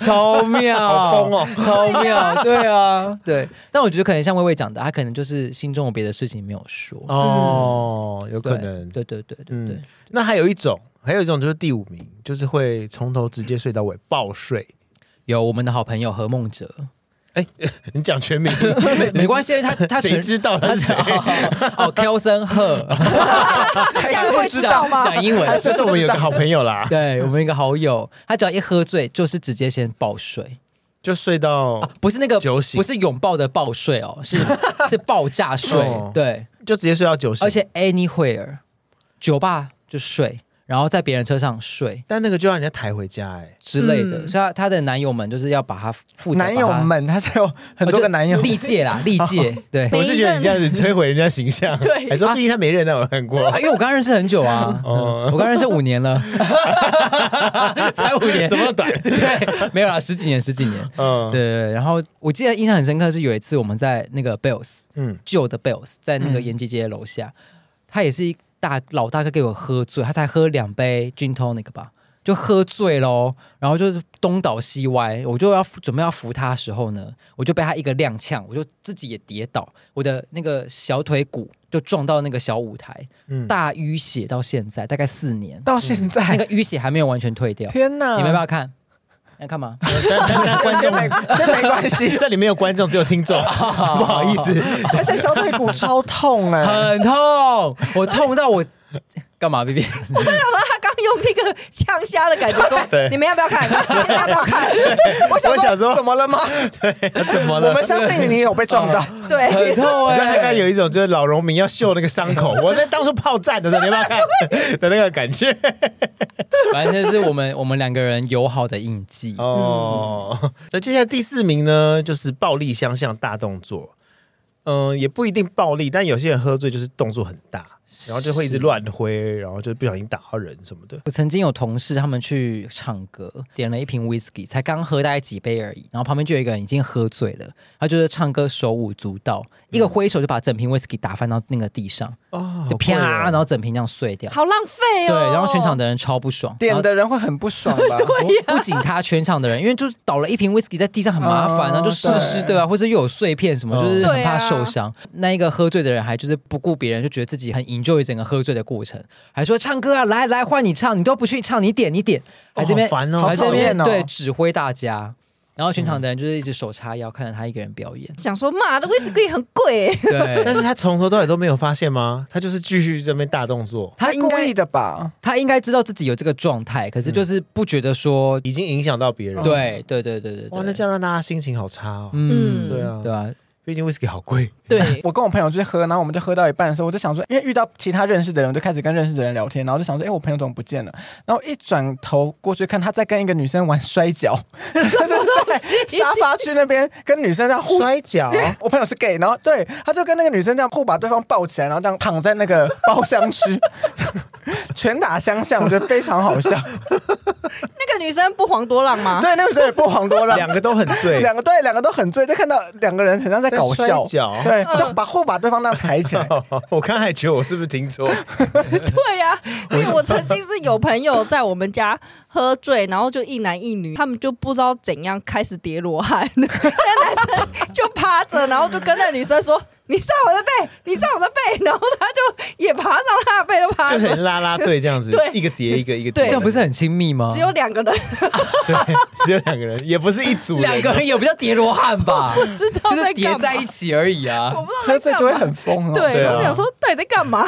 C: 超妙，
A: 好疯哦，
C: 超妙，
A: [laughs]
C: 对啊，对。但我觉得可能像薇薇讲的，她可能就是心中有别的事情没有说，
A: 哦，
B: 嗯
A: 有
C: 对
A: 可能，
C: 对对对对对
A: 嗯，那还有一种，还有一种就是第五名，就是会从头直接睡到尾，暴睡。
C: 有我们的好朋友何梦哲，
A: 你讲全名，
C: 没没关系，因为他他
A: 谁
C: 全
A: 知道他
C: 他
A: 是
C: 是 [laughs]
A: 谁？
C: 哦
A: [laughs]
C: 哦 Kelson 赫，
B: 这样会知道吗？
C: 讲英文，
A: 这是我们有个好朋友啦，
C: 对我们一个好友，他只要一喝醉，就是直接先爆睡，
A: 就睡到
C: 哦不是那个
A: 酒醒
C: 不是拥抱的爆睡哦，是 [laughs] 是爆炸睡
A: 哦，
C: 对，
A: 就直接睡到九十，
C: 而且 anywhere 酒吧就睡，然后在别人车上睡
A: 但那个就让人家抬回家哎、
C: 之类的，
B: 嗯
C: 所以她她的男友们就是要把她负责
D: 男友
C: 把她
D: 们，他才有很
C: 哦
D: 多
C: 就
D: 个男友。
C: 历届
D: [laughs]
C: 啦，历届对。
B: 每
A: 我
B: 一任
A: 是觉得你这样子摧毁人家形象，
B: 对
A: 还说毕竟他没认到我看过
C: 啊，因为我刚认识很久啊，
A: 哦
C: 我刚认识五年
D: [laughs]
C: 了，才五年，
A: 怎么短？
C: [laughs] 对，没有啦，十几年，十几年。
D: 哦
A: 嗯
C: 对对对，然后我记得印象很深刻是有一次我们在那个 Bells
A: 嗯，
C: 旧的 Bells 在那个
D: 嗯
C: 延吉街楼下，他也是一大老大哥给我喝醉，他才喝两杯 gin tonic 吧，就喝醉喽，然后就是东倒西歪，我就要准备要扶他的时候呢，我就被他一个踉跄，我就自己也跌倒，我的那个小腿骨就撞到那个小舞台， [laughs]
A: 嗯
C: 大淤血到现在大概啊四年，
D: 到现
C: 那
D: 在，
C: 个淤血还没有完全退掉，
D: 天哪！
C: 你没办法看，要看吗？
A: 但但但观
D: 先
A: 众
D: 没先没关系，哦
A: 这里没有观众，只有听众，不好意思，
D: 而且小腿骨超痛哎、
C: [laughs] 很痛，我痛到我干嘛？B B，
B: 想说他刚用那个呛虾的感觉说，
A: 对
B: 你们要不要看？现在要不要看？
D: 我想
A: 我想说
D: 怎么了吗？
A: 怎么
D: 我
A: 了
D: 们？相信你，你有被撞到。
B: [laughs] 对
C: 很，痛
A: 我
C: 哎、
A: 刚才看有一种就是老农民要秀那个伤口，我在当初炮战的时候，你要不要看的那个感觉？
C: 反正就是我们 [laughs] 我们两个人友好的印记。
A: 哦， [laughs] 那接下来第四名呢，就是暴力呃相向大动作。嗯、也不一定暴力，但有些人喝醉就是动作很大，然后就会一直乱挥，然后就不小心打到人什么的。
C: 我曾经有同事他们去唱歌，点了一瓶 whisky，才刚喝大概几杯而已，然后旁边就有一个人已经喝醉了，他就是唱歌手舞足蹈，一个挥手就把整瓶 whisky 打翻到那个地上，
A: 嗯哦，
C: 就
A: 好贵
C: 啪，
A: 哦
C: 然后整瓶这样碎掉。
B: 好浪费
C: 对，
B: 哦。
C: 然后全场的人超不爽，然
D: 点
C: 后
D: 的人会很不爽吧？
C: 不不仅他全场的人，因为就是倒了一瓶 whisky 在地上很麻烦，
D: 哦
C: 然后就湿湿的啊，或者又有碎片什么，
A: 嗯
C: 就是很怕受伤。那一个喝醉的人还就是不顾别人，就觉得自己很 enjoy 整个喝醉的过程，还说唱歌啊，来来换你唱，你都不去唱，你点你点，还这边、
A: 哦好烦哦
C: 还这边、
D: 好讨厌哦
C: 对指挥大家。然后全场的人就是一直手叉腰看着他一个人表演，
B: 想说妈的威士忌很贵、
A: 但
C: 对，
A: 是他从头到尾都没有发现吗？他就是继续这边大动作，
D: 他
C: 他应
D: 故
C: 该
D: 意的吧？
C: 他应该知道自己有这个状态，可是就是不觉得说，
A: 已经影响到别人。，
C: 对对对对对，
A: 哇，哦那这样让大家心情好差哦。
C: 嗯，
A: 对啊
C: 对啊，
A: 毕竟 whisky 好
C: [laughs]
A: 贵，
B: [laughs] 对，
D: 我跟我朋友去喝，然后我们就喝到一半的时候，我就想说，因为遇到其他认识的人，我就开始跟认识的人聊天，然后就想说，哎、我朋友怎么不见了？然后一转头过去看，他在跟一个女生玩摔跤，就是 [laughs] 在沙发区那边跟女生这样互。
A: 摔跤
D: [laughs] 因为我朋友是 gay，然后对，他就跟那个女生这样互把对方抱起来，然后这样躺在那个包厢区， [laughs] 拳打相向，我觉得非常好笑。
B: 那个女生不遑多让
D: [laughs]
B: 吗？
D: 对，那个时候也不遑多
A: [laughs]
D: 让
A: 两，个都很醉。
D: [laughs]
A: [laughs]
D: 两个对，两个都很醉，就看到两个人很像在搞
A: 在
D: 笑
A: 摔，跤
D: 对，
B: 嗯
D: 就把互把对方那样抬起来，
A: 我刚才觉得我是不是听
C: [laughs]
A: 错？
B: 对呀、因为我曾经是有朋友在我们家喝醉，然后就一男一女，他们就不知道怎样开始叠罗汉， [laughs] 那男生就趴着，然后就跟那女生说：“你上我的背，你上我的背。”然后他就也爬上他的背，就爬
A: 就是
B: 着。
A: 很啦啦队这样子，
B: 对
A: 一个叠一个，一个叠。
B: 对
C: 这样不是很亲密吗？
B: [laughs] 只有两个人，
A: 对， [laughs] 只有两个人，也不是一组人
C: 两个人也不叫叠罗汉 [laughs] 吧？
B: 知道
C: 就
B: 在
C: 是叠
B: 干嘛
C: 在一起而已
B: 我
C: 啊。
B: 不知道
D: [laughs] 喝
B: 在
D: 醉
B: 干
D: 就会
B: 嘛。
D: 很疯哦。
B: 对，
A: 对啊
B: 我想说到底在干嘛？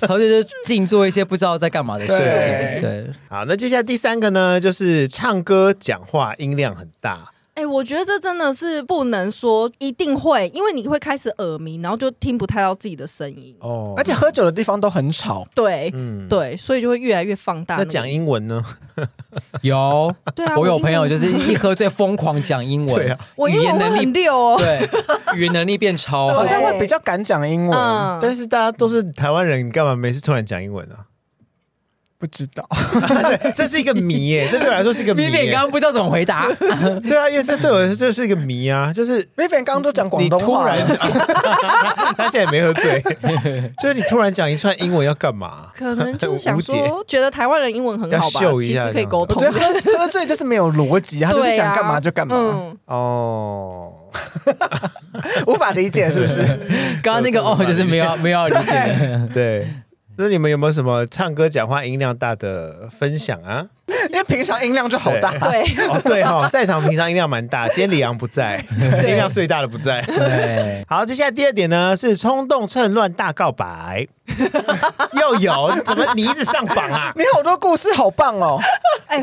C: 然后就是静做一些不知道在干嘛的事情。
D: 对
C: 对，啊
A: 好，那接下来第三个呢，就是唱歌讲话音量很大，
B: 哎、我觉得这真的是不能说一定会，因为你会开始耳鸣，然后就听不太到自己的声音。
A: 哦
D: 而且喝酒的地方都很吵，
B: 对、
A: 嗯，
B: 对，所以就会越来越放大、
A: 那讲英文呢？
C: 有
B: 对啊，
C: 我有
B: 英
C: 朋友
B: 文
C: 就是一喝醉疯狂讲英
A: 对
C: 文
A: 啊，
B: 我
C: 语
B: 英
C: 言
B: 文会
C: 能
B: 很
C: 力
B: 溜哦。
C: 对，语言能力变超
D: 好
C: 好。
D: 像会比较敢讲英文。
B: 嗯，
A: 但是大家都是台湾人，你干嘛每次突然讲英文啊？
D: 不知道，
A: [laughs] 这是一个谜耶，这对我来说是一个谜 [laughs]
C: Vivian
A: 耶。
C: 刚刚不知道怎么回答，
A: 对啊，因为这对我来说就是一个谜啊，就是。
D: Vivian 刚刚都讲广
A: 你
D: 东
A: 突
D: 话
A: 然
D: 了，，
A: [laughs] 他现在也没喝醉，就是你突然讲一串英文要干嘛？
B: 可能就是想
A: 无解
B: 说，觉得台湾人英文很好吧
A: 要秀，一
B: 其
A: 下
B: 实可以沟
D: 我
B: 通
D: 觉。得喝 [laughs] 喝醉就是没有逻辑，他就是
B: 对
D: 想
B: 啊
D: 干嘛就干嘛，
B: 嗯，
A: 哦，
D: 无法理解是不是？
C: 刚刚那个哦，就是没有没有理解的。
A: 对。那你们有没有什么唱歌讲话音量大的分享啊？
D: 因为平常音量就好大，
B: 对，
A: 哦，对哈、哦，在场平常音量蛮大，
B: [laughs]
A: 今天李阳不在，音量最大的不在。
C: 对，
A: 好，接下来第二点呢是冲动趁乱大告
B: [laughs]
A: 白，又有怎么你一直上榜
B: [laughs]
A: 啊？
D: 你好多故事好棒哦，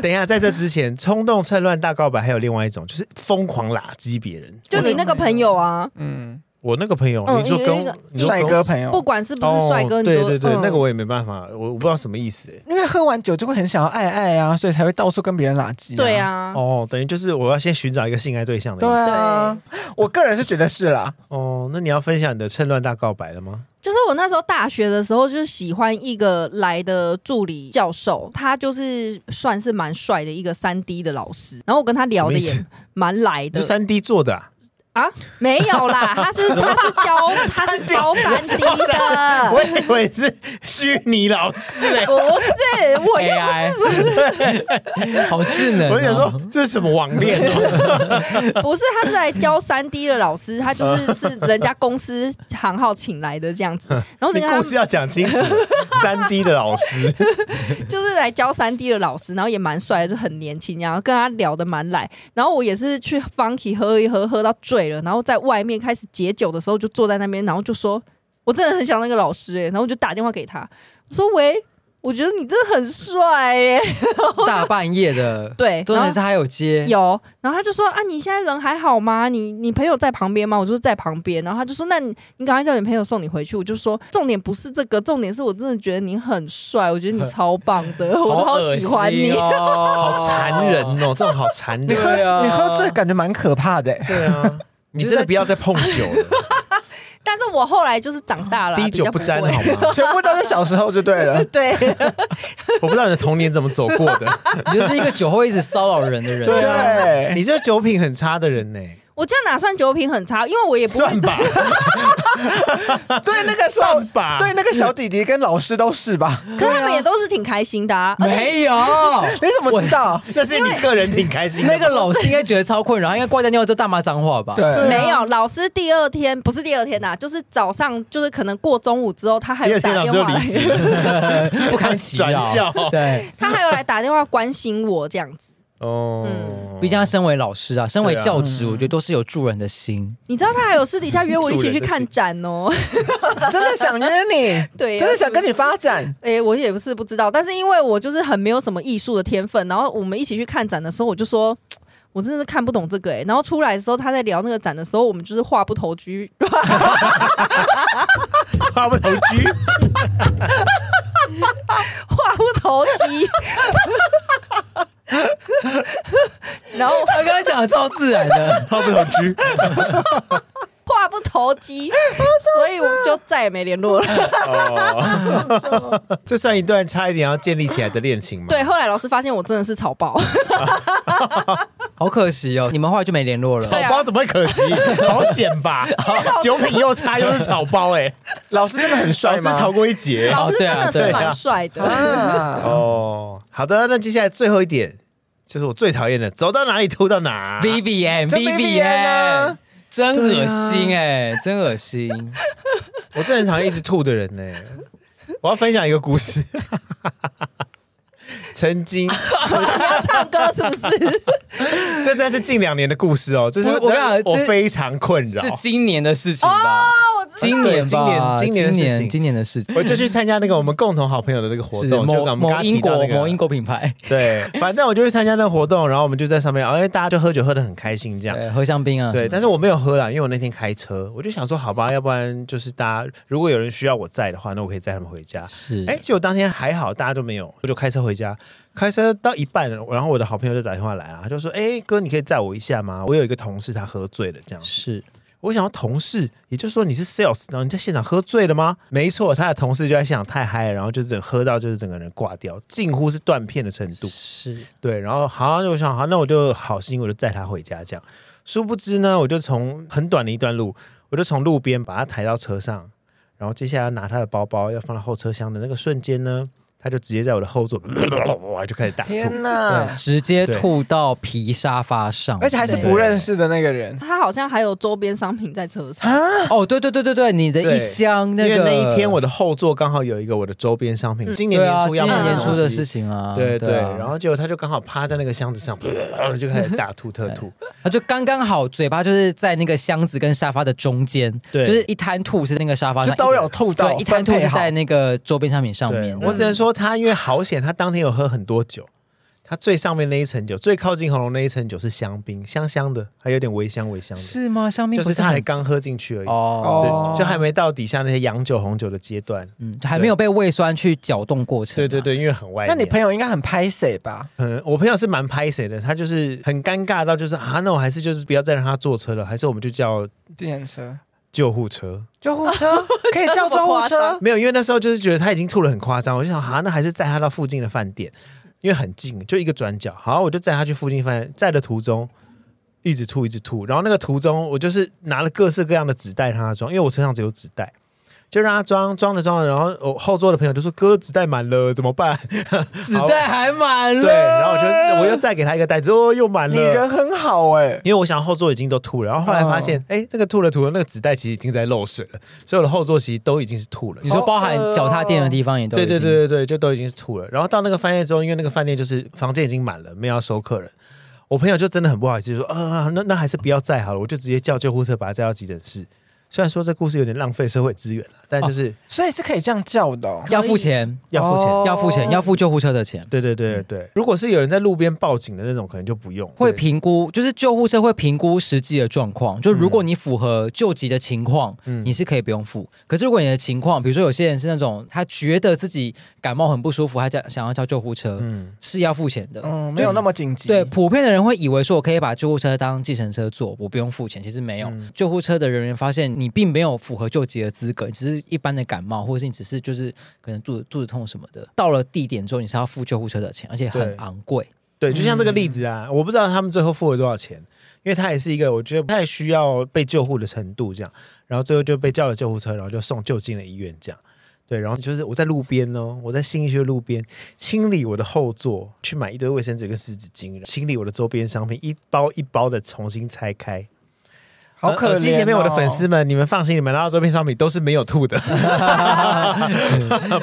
A: 等一下，在这之前，冲动趁乱大告白还有另外一种，就是疯狂拉击别人。
B: 就你那个朋友啊，
D: 嗯，
A: 我那个朋友，
B: 嗯
A: 你说
B: 有一
A: 跟
B: 个
A: 你说
D: 帅
A: 跟
D: 哥朋友
B: 不管是不是帅哥，
A: 哦
B: 你
A: 对
B: 都
A: 对对，
B: 嗯
A: 那个我也没办法，我我不知道什么意思欸。
D: 因为喝完酒就会很想要爱爱啊，所以才会到处跟别人拉鸡。
B: 对，啊，
A: 哦，等于就是我要先寻找一个性爱对象的
D: 对
A: 意思。
D: 啊，我个人是觉得是啦，
A: 哦，那你要分享你的趁乱大告白了吗？
B: 就是我那时候大学的时候，就是喜欢一个来的助理教授，他就是算是蛮帅的一个三 D 的老师，然后我跟他聊的
A: 什么意
B: 也蛮来
A: 你
B: 的
A: 是，三 D 做的啊？
B: 啊，没有啦，他是他是教他是教三 D
A: [laughs]
B: 的，
A: 我以为是虚拟老师嘞。
B: 不是我又
C: AI，好 [laughs] 智能哦。
A: 我就想说这是什么网恋 [laughs] 哦？
B: 不是，他是来教三 D 的老师，他就是是人家公司行号请来的这样子。然后
A: 你
B: 人家
A: 故事要讲清楚。 [laughs] 三 D 的老师，
B: 就是来教三 D 的老师，然后也蛮帅的，就很年轻，然后跟他聊的蛮来。然后我也是去 Funky 喝一喝，喝到醉了，然后在外面开始解酒的时候，就坐在那边，然后就说：“我真的很想那个老师哎、然后我就打电话给他，我说：“喂，我觉得你真的很帅哎、
C: 大半夜的，
B: 对
C: 重
B: 然
C: 点
B: 后
C: 是还有接，
B: 有，然后他就说啊，你现在人还好吗？你你朋友在旁边吗？我就说在旁边，然后他就说，那你你赶快叫你朋友送你回去。我就说，重点不是这个，重点是我真的觉得你很帅，我觉得你超棒
A: [laughs]
B: 的，我
C: 好
B: 好
C: 恶
B: 喜欢你
C: 心。哦
A: [laughs] 好残忍哦，这种好残
D: 你
A: 忍。
D: 喝
C: 对啊
D: 你喝醉感觉蛮可怕的欸，
A: [laughs] 对啊，你真的不要再碰酒了。
B: [laughs] 但是我后来就是长
A: [laughs]
B: 大了，
A: 滴酒
B: 不。
A: 不沾好吗？
D: 全部都是小时候就对了
B: [laughs] 对，
A: [laughs] 我不知道你的童年怎么走过的， [laughs]
C: 你就是一个酒后一直骚扰人的 [laughs] 人。
D: [laughs] 对啊
A: 你这酒品很差的人呢、
B: 我这样哪算酒品很差？因为我也不
A: 算 [laughs]
B: 会
A: 吧，
D: 对那个小
A: 算吧，
D: 对那个小弟弟跟老师都是吧？
A: [laughs]
B: 可是他们
A: 啊
B: 也都是挺开心的啊。而且
C: 没有，
D: 你怎么知道？
A: 那是你个人挺开心的。
C: 那个老师应该觉得超困扰，应该挂掉尿就大骂脏话吧？
A: 啊
D: 对，
B: 没有，老师第二天不是第二天呐、就是早上，就是可能过中午之后，他还
A: 第
B: 有
A: 二
B: 打
A: 天老
B: 电
A: 师又
B: 话来
A: 离，职 [laughs] 了，
C: 不堪其扰。
A: 转校
C: 对，
B: [laughs] 他还有来打电话关心我这样子。
A: 哦，
C: 毕竟他身为老师啊，身为
A: 对啊
C: 教职，我觉得都是有助人的心。
B: 你知道他还有私底下约我一起去看展哦， [laughs]
D: [laughs] 真的想约你， [laughs]
B: 对、
D: 真的想跟你发展。
B: 哎、我也不是不知道，但是因为我就是很没有什么艺术的天分，然后我们一起去看展的时候，我就说。我真的是看不懂这个哎、然后出来的时候，他在聊那个展的时候，我们就是话不投机， [laughs]
A: 话不投机，
B: 话不投机。 [laughs] 然后
C: 他刚刚讲的超自然的，
A: 话不投机。 [laughs]
B: 话不投机，所以我们就再也没联络了。
A: 哦，这算一段差一点要建立起来的恋情吗？
B: 对，，后来老师发现我真的是草包，
C: 哦好可惜哦。你们后来就没联络了。
B: 对啊
A: 草包怎么会
C: [laughs]
A: 可惜？好险吧！酒品又差又是草包、哎，
D: 老师真的很
A: 老
D: 帅
A: 师
D: 吗？
A: 逃过一劫。
B: 老师
C: 对
B: 真
C: 啊
B: 的
C: 对
B: 是
C: 啊
B: 蛮帅的。
D: [laughs] 啊，
A: 哦，好的，那接下来最后一点就是我最讨厌的，走到哪里吐到哪。
C: V V M
D: 这
C: V V
D: Vivian 啊
C: M，真恶心哎，真恶心。
A: 我真的很讨厌一直吐的人呢、我要分享一个故
C: [laughs]
A: 事，曾经，
B: 你要唱歌是不是？
A: 这真是近两年的故事哦，这是
C: 我我跟你讲
A: 我
C: 这
A: 非常困扰
C: [laughs] 是。今年的事情
B: 哦
C: 吧？哦今
A: 对
C: 年吧，
A: 今年今年的
C: 今
A: 事情
C: 年今年的事情
A: 我就去参加那个我们共同好朋友的那个活
C: 是
A: 动，就
C: 某
A: 我们刚
C: 某
A: 刚
C: 英
A: 提到
C: 国
A: 那个
C: 某英国品牌，
A: 对，反正我就去参加那个活动，然后我们就在上面，哎，大家就喝酒喝得很开心这样。
C: 对，喝香槟啊，
A: 对，但是我没有喝啦，因为我那天开车，我就想说，好吧，要不然就是大家如果有人需要我在的话，那我可以载他们回家。
C: 是
A: 哎，结果当天还好，大家都没有，我就开车回家。开车到一半，然后我的好朋友就打电话来啊，他就说：“哎，哥，你可以载我一下吗？我有一个同事他喝醉了，这样。”
C: 是
A: 我想要同事，也就是说你是 sales，然后你在现场喝醉了吗？没错，他的同事就在现场太嗨了，然后就整喝到就是整个人挂掉，近乎是断片的程度。
C: 是，
A: 对，然后好，那我想好，那我就好心我就载他回家这样。殊不知呢，我就从很短的一段路，我就从路边把他抬到车上，然后接下来拿他的包包要放到后车厢的那个瞬间呢，他就直接在我的后座就开始大吐。
D: 天哪！
C: 直接
A: 对
C: 吐到皮沙发上，
D: 嗯而且还是不认识的那个人，
B: 他好像还有周边商品在车上，
C: 哦，对对对对对，你的
A: 对
C: 一箱那
A: 因为
C: 个
A: 那一天我的后座刚好有一个我的周边商品，今年
C: 对啊，
A: 年初
C: 今
A: 要
C: 年
A: 卖
C: 年初的
A: 东西
C: 事情啊，
A: 对对，
C: 啊
A: 然后结果他就刚好趴在那个箱子上，就开始大吐特
C: [laughs]
A: 吐。
C: 他啊就刚刚好嘴巴就是在那个箱子跟沙发的中间，
A: 对
C: 就是一滩吐是那个沙发
D: 就
C: 上，
D: 都有吐
C: 一滩
D: 到
C: 对，一滩吐
D: 分配
C: 是
D: 好
C: 在那个周边商品上
A: 对
C: 面，
A: 我只能说他因为好险，他当天有喝很多酒，他最上面那一层酒，最靠近喉咙那一层酒是香槟，香香的，还有点微香微香的，
C: 是吗？香槟
A: 就
C: 不
A: 是他还
C: 很
A: 刚喝进去而已，
C: 哦。
A: 对，就还没到底下那些洋酒、红酒的阶段。
C: 嗯，还没有被胃酸去搅动过程、啊
A: 对对，对，因为很外面。
D: 那你朋友应该很拍谁吧？
A: 嗯，我朋友是蛮拍谁的，他就是很尴尬到就是啊，那我还是就是不要再让他坐车了，还是我们就叫
D: 电车、
A: 救护车。
D: 救护车
C: [laughs]
D: 可以叫救护
B: 这么夸张
D: 车，
A: 没有，因为那时候就是觉得他已经吐得很夸张，我就想，哈、那还是载他到附近的饭店，因为很近，就一个转角。好，我就载他去附近饭店，载的途中一直吐，一直吐。然后那个途中，我就是拿了各式各样的纸袋让他装，因为我车上只有纸袋。就让他装装着装着，然后我后座的朋友就说：“哥，纸袋满了，怎么办？” [laughs]
C: 纸袋还满了。
A: 对，然后我就我又再给他一个袋子，哦，又满了。
D: 你人很好哎，
A: 因为我想后座已经都吐了，然后后来发
C: 哦
A: 现，哎、那个吐了吐了，那个纸袋其实已经在漏水了，所以我的后座其实都已经是吐了。
C: 你说包含脚踏垫的地方也都
A: 对
C: 已
A: 对
C: 经
A: 对对对，就都已经是吐了。然后到那个饭店之后，因为那个饭店就是房间已经满了，没有要收客人。我朋友就真的很不好意思，就说啊，那那还是不要载好了，我就直接叫救护车把他载到急诊室。虽然说这故事有点浪费社会资源了，但就是
D: 所以是可以这样叫的哦。
C: 要付钱，
A: 要付钱。
D: 哦
C: 要付钱，要付救护车的钱。
A: 对对对对，如果是有人在路边报警的那种，可能就不用。
C: 嗯会
A: 对
C: 评估，就是救护车会评估实际的状况。就如果
A: 嗯
C: 你符合救急的情况，你是可以不用付。可是如果你的情况，比如说有些人是那种他觉得自己感冒很不舒服，他想想要叫救护车，是要付钱的。
A: 哦
D: 嗯，没有那么紧急。
C: 对，普遍的
A: 嗯
C: 人会以为说，我可以把救护车当计程车坐，我不用付钱。其实没有，救护车的人员发现你你并没有符合救急的资格，你只是一般的感冒，或者是你只是就是可能肚子肚子痛什么的。到了地点之后，你是要付救护车的钱，而且
A: 对
C: 很昂贵。
A: 对，就像这个
D: 嗯
A: 例子啊，我不知道他们最后付了多少钱，因为他也是一个我觉得不太需要被救护的程度这样，然后最后就被叫了救护车，然后就送就近的医院这样。对，然后就是我在路边哦，我在新一区的路边清理我的后座，去买一堆卫生纸跟湿纸巾，清理我的周边商品，一包一包的重新拆开。呃
D: 好可怜、哦。
A: 耳机前面我的粉丝们，你们放心，你们拿到周边商品都是没有吐
D: [laughs]
A: 的，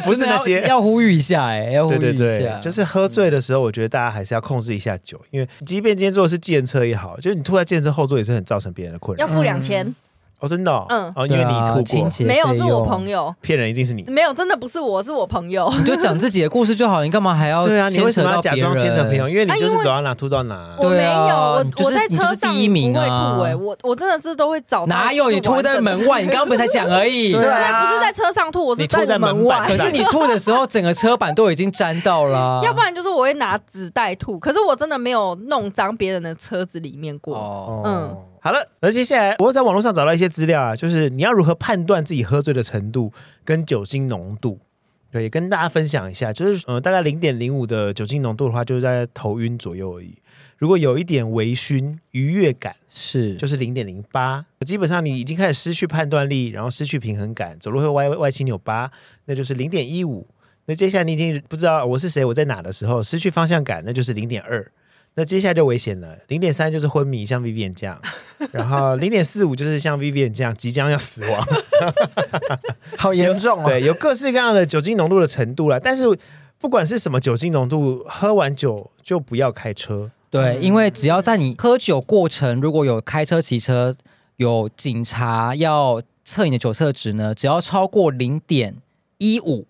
A: 不是
C: 真的
A: 那
C: 要
A: 些。
C: 要呼吁一下哎、要呼
A: 对
C: 吁
A: 对
C: 一下，
A: 对，就是喝醉的时候，我觉得大家还是要控制一下酒，因为即便今天坐的是计程车也好，就是你吐在计程车后座也是很造成别人的困
B: 要
A: 扰。
B: 付两千，
A: 哦，真的、哦，
B: 嗯
A: 哦，因为你吐
C: 对啊
A: 过，
C: 倾斜
B: 没有是我
C: 友。
B: 朋友，
A: 骗人一定是你。
B: 没有真的不是我，是我朋友。
C: [laughs] 你就讲自己的故事就好，你干嘛还要
A: 对啊，你为什么要假装牵扯朋
C: 别
A: 友？
C: 人？
A: 因为你就是
B: 啊因为
A: 走到哪吐到哪。
B: 我没
C: [laughs] 对
B: 有，
C: 啊
B: 我
C: 你就是
B: 我在车上
C: 你就是第一名
B: 不会
C: 啊
B: 吐哎、我我真的是都会找到
C: 哪有
B: 就是
C: 你吐
B: 完整
C: 在
B: 的
C: 门外？你刚刚不是才讲而
A: [laughs]
C: 已。
D: 对
B: 对
D: 啊
B: 不是在车上吐，我
A: 你
B: 是
A: 吐在门
B: 门
A: 板
B: 外
C: 可。是啊你吐的时候，整个车板都已经沾到了啊、
B: 要不然就是我会拿纸袋吐，可是我真的没有弄脏别人的车子里面过。
C: 哦，
A: 哦，好了，那接下来我在网络上找到一些资料啊，就是你要如何判断自己喝醉的程度跟酒精浓度。对，也跟大家分享一下，就是呃，大概零点零五的酒精浓度的话，就是在头晕左右而已。如果有一点微醺、愉悦感，
C: 是
A: 就是零点零八，基本上你已经开始失去判断力，然后失去平衡感，走路会歪歪七扭八，那就是零点一五。那接下来你已经不知道我是谁，我在哪的时候，失去方向感，那就是零点二。那接下来就危险了，零点三就是昏迷，像 Vivian 这样，然后零点四五就是像 Vivian 这样即将要死亡。
D: [laughs] 好严重哦。
A: 对，有各式各样的酒精浓度的程度啦，但是不管是什么酒精浓度，喝完酒就不要开车。
C: 对，
A: 嗯
C: 因为只要在你喝酒过程，如果有开车、骑车，有警察要测你的酒测值呢，只要超过零点一五，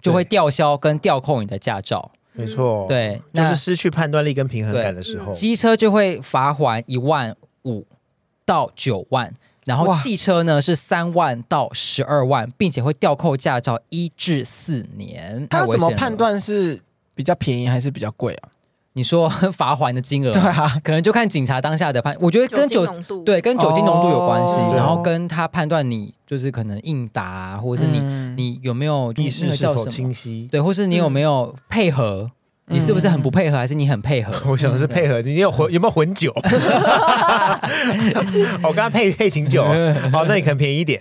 C: 就会
A: 对
C: 吊销跟吊扣你的驾照。
A: 没错，，
C: 嗯对，
A: 就
C: 那
A: 是失去判断力跟平衡感的时候。
C: 机车就会罚款一万五到九万，然后
D: 哇
C: 汽车呢是三万到十二万，并且会吊扣驾照一至四年。太
D: 他
C: 危
D: 怎么
C: 险了
D: 判？断是比较便宜还是比较贵啊？
C: 你说罚款的金额？
D: [laughs] 对啊，
C: 可能就看警察当下的判，我觉得跟酒
B: 精浓度，
C: 对跟酒精浓度有关系，
D: 哦
C: 然后跟他判断你就是可能应答啊，或者是你、
D: 嗯
C: 你有没有
A: 意
C: 那
A: 识
C: 个
A: 是
C: 叫
A: 否
C: 什么
A: 清晰？
C: 对，或是你有没有配合，你是不是很不配合，还是你很配合？
A: 我想的是配合，
C: 嗯
A: 你有混有没有混酒？ [laughs] 我刚刚配配琴酒，
C: 嗯
A: 好，那你可能便宜一点。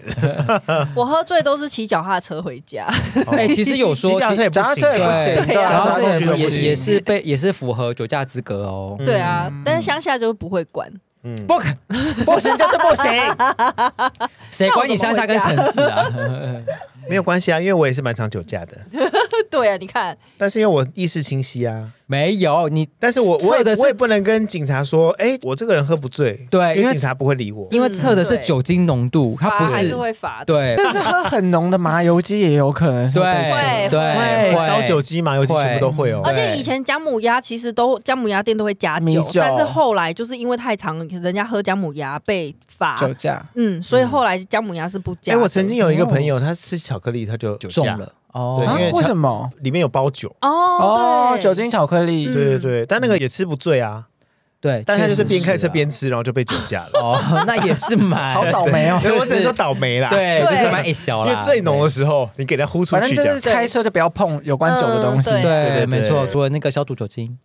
B: 我喝醉都是骑脚踏车回家，
D: 嗯
C: 哎、其实
D: [laughs]
C: 有说
D: 哦
A: 骑脚
C: 其
A: 车也不
D: 脚踏车也
A: 行
D: 不
A: 啊，
D: 行
C: 对，
D: 对啊
C: 然后
D: 交通
C: 这也
D: 工具都
C: 也
D: 不行
C: 也是被也是符合酒驾资格哦。
B: 对啊，但是乡下就不会管。
A: 嗯，
C: 不可，
D: 不行就是不 [laughs] 行。
C: 谁管你乡下跟城市啊？
A: 没有关系啊，因为我也是蛮常酒驾的，
B: 对啊，你看，
A: 但是因为我意识清晰啊，
C: [laughs] 没有你，
A: 但是我我
C: 测
A: 也
C: 的是
A: 我也不能跟警察说，哎，我这个人喝不醉，
C: 对
A: 因
C: 因
A: 为
C: 为
A: 警察不会理我。
C: 因为测的是酒精浓度，它
B: 罚
C: 不
B: 嗯还
C: 是
B: 是会罚的。
C: 对
D: 但是喝很浓的麻油鸡也有可能是
C: 对
D: 会被吃
B: 会
C: 对
A: 会
C: 会
A: 烧酒鸡、麻油鸡
C: 会
A: 全部都会哦
C: 嗯。
B: 而且以前姜母鸭其实都姜母鸭店都会加
D: 米
B: 酒，
D: 酒
B: 但是后来就是因为太常人家喝姜母鸭被罚，
D: 酒驾。
B: 嗯，所以后来姜母鸭是不加
A: 哎，
B: 的。
A: 我曾经有一个朋友，他吃巧克力他就酒
C: 中
A: 驾，
C: 了哦
A: 对
D: 啊
A: 因为？
D: 为什么？
A: 里面有包酒。
B: 哦
D: 哦，
B: 对
D: 酒精巧克力
B: 嗯。
A: 对对对，但那个也吃不醉啊，
C: 对，
A: 但他就是
C: 确实
A: 边开车
C: 啊
A: 边吃，然后就被酒驾了。
C: [laughs] 哦，那也是
A: [laughs]
C: 蛮
D: 好倒霉哦
A: 所以我只能说倒霉啦。
C: 对，
B: 对
C: 就是蛮一小
A: 因
C: 啦，
A: 为最浓的时候，你给它呼出
D: [laughs] 反正
A: 去
D: 就
A: 这样
D: 是。开车就不要碰有关酒的东西。
B: 嗯
C: 对。
A: 对对
C: 对，没错，
A: 对
C: 除了那个消毒酒精，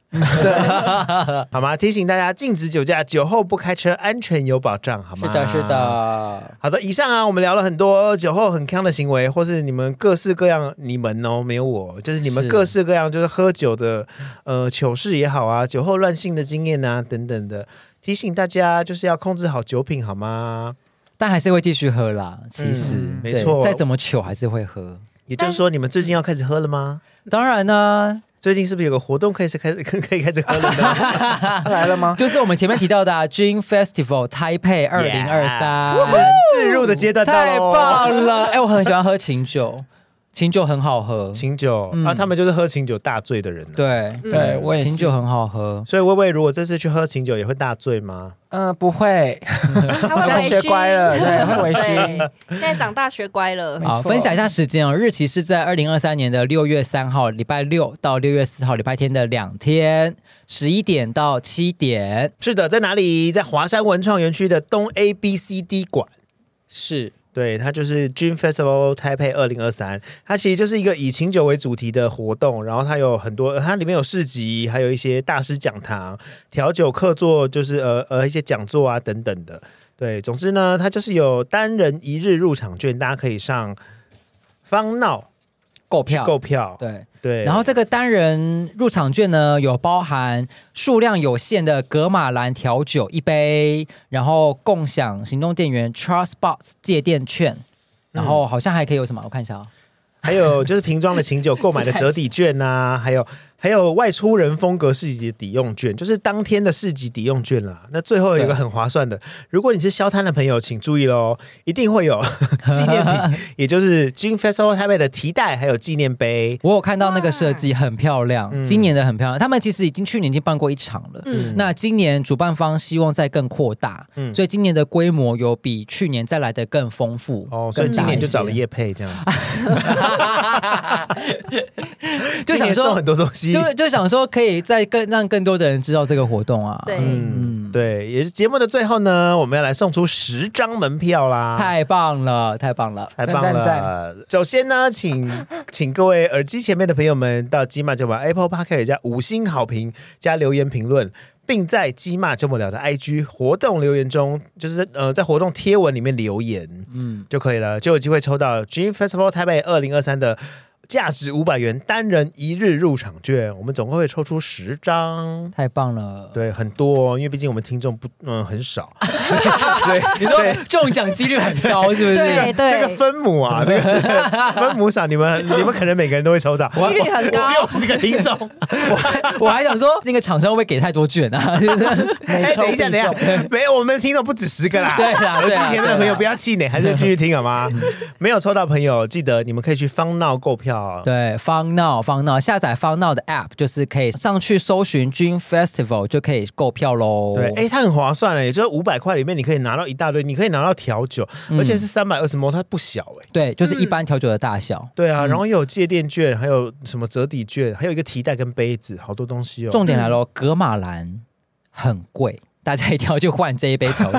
A: 好吗？提醒大家禁止酒驾，酒后不开车，安全有保障，好
C: 是
A: 吗？
C: 的，是。的，
A: 好的，以上啊，我们聊了很多酒后很康的行为，或是你们各式各样，你们哦，没有我，就是你们
C: 是
A: 各式各样，就是喝酒的呃糗事也好啊，酒后乱性的经验啊等等的，提醒大家就是要控制好酒品，好吗？
C: 但还是会继续喝啦。其实
A: 嗯没
C: 对
A: 错
C: 再怎么糗还是会喝。
A: 也就是说，你们最近要开始喝了吗？
C: 当然呢，
A: 最近是不是有个活动可以是开 [laughs] 始可以开始喝了
C: [laughs]
A: 呢？
D: 他来了吗？
C: 就是我们前面提到的啊 [laughs] Dream Festival 台北二零二三，
A: 置入的阶段到咯
C: 太棒了！哎，我很喜欢喝琴酒，琴酒很好喝，
A: 琴酒、
C: 嗯
A: 啊，他们就是喝琴酒大醉的人、啊。
C: 对，
B: 嗯
D: 对，我也
C: 琴
D: 是。
C: 酒很好喝。
A: 所以薇薇如果这次去喝琴酒也会大醉吗？
D: 嗯，不会。
B: 他
D: 我
B: 会
D: 现在
B: 微
D: 学
B: 醺
D: 乖了，对，会微醺。
B: 对， [laughs] 现在长大学乖了
D: 没。
C: 好，
D: 错
C: 分享一下时间哦，日期是在二零二三年的六月三号，礼拜六到六月四号，礼拜天的两天，十一点到七点。
A: 是的，在哪里？在华山文创园区的东 A B C D 馆。
C: 是
A: 对，它就是 Dream Festival Taipei 二零二三，它其实就是一个以琴酒为主题的活动，然后它有很多，呃它里面有市集，还有一些大师讲堂、调酒客座，就是呃呃一些讲座啊等等的。对，总之呢，它就是有单人一日入场券，大家可以上方闹
C: 购
A: 去
C: 票，
A: 购票。
C: 对。
A: 对，
C: 然后这个单人入场券呢，有包含数量有限的格马兰调酒一杯，然后共享行动电源 Trust Box 借电券，
A: 嗯
C: 然后好像还可以有什么？我看一下啊，
A: 还有就是瓶装的琴
C: [laughs]
A: 酒购买的折抵券呐、还有还有外出人风格市集的抵用券，就是当天的市集抵用券啦。那最后有一个
C: 对
A: 很划算的，如果你是消摊的朋友，请注意喽，一定会有 [laughs] 纪念
C: [laughs]
A: 品，也就是 Gin Festival Taipei 的提袋还有纪念碑。
C: 我有看到那个设计很漂
A: 嗯
C: 亮，今年的很漂亮。他们其实已经去年已经办过一场了，
B: 嗯，
C: 那今年主办方希望再更扩大，
A: 嗯
C: 所以今年的规模有比去年再来的更丰富。 [laughs]
A: 哦， [laughs] 所以今年就找了
C: 叶，
A: 叶佩这
C: 啊
A: 样子，
C: 就
A: 今
C: 想
A: 年送
C: 说
A: 很，多东西。
C: 就就想说可以再更让更多的人知道这个活动啊。
B: 对
A: 嗯，对，也是节目的最后呢，我们要来送出十张门票啦。
C: 太棒了，太棒了！
A: 太棒了！
D: 赞赞
A: 首先呢，请 [laughs] 请各位耳机前面的朋友们到鸡骂就把 Apple p o c k e t 加五星好评加留言评论，并在鸡骂这么聊的 IG 活动留言中，就是呃在活动贴文里面留言，嗯就可以了，就有机会抽到 Dream Festival 台北二零二三的。价值五百元单人一日入场券，我们总共会抽出十张，
C: 太棒了！
A: 对，很多、哦，因为毕竟我们听众不嗯很少， [laughs] 所以
D: [laughs]
C: 你说中奖几率很高，是不
B: 对
C: 是？
B: 对，
A: 这个分母
B: [laughs]
A: 啊，这个分母赏，你们你们可能每个人都会抽到，
B: [laughs] 几率很高
A: 我只有十个听
C: [laughs]
A: 众。
C: 我还想说，那个厂商会不会给太多券啊？ [laughs]
A: 哎，
D: 每抽
A: 等一下，
D: 必
A: 等一下
D: 中。，
A: [laughs] 没有，我们听众不止十个啦。
C: [laughs] 对啦
A: 我之
C: 对啦
A: 前的
C: 对啦
A: 朋友不要气馁，还是继续听好吗？没有抽到朋友，记得你们可以去方闹购票哦。
C: 对，方闹方闹，下载方闹的 App，就是可以上去搜寻 Dream Festival 就可以购票喽。
A: 对，哎，它很划算了，也就是五百块里面你可以拿到一大堆，你可以拿到调酒，
C: 嗯
A: 而且是三百二十模，它不小哎。
C: 对，就是一般调酒的大小。
A: 对啊，然后又有借电券，还有什么折抵券，还有一个提袋跟杯子，好多东西哦。
C: 重点来喽，格马兰很贵。大家一定要去换这一杯
A: [laughs]
C: 调酒，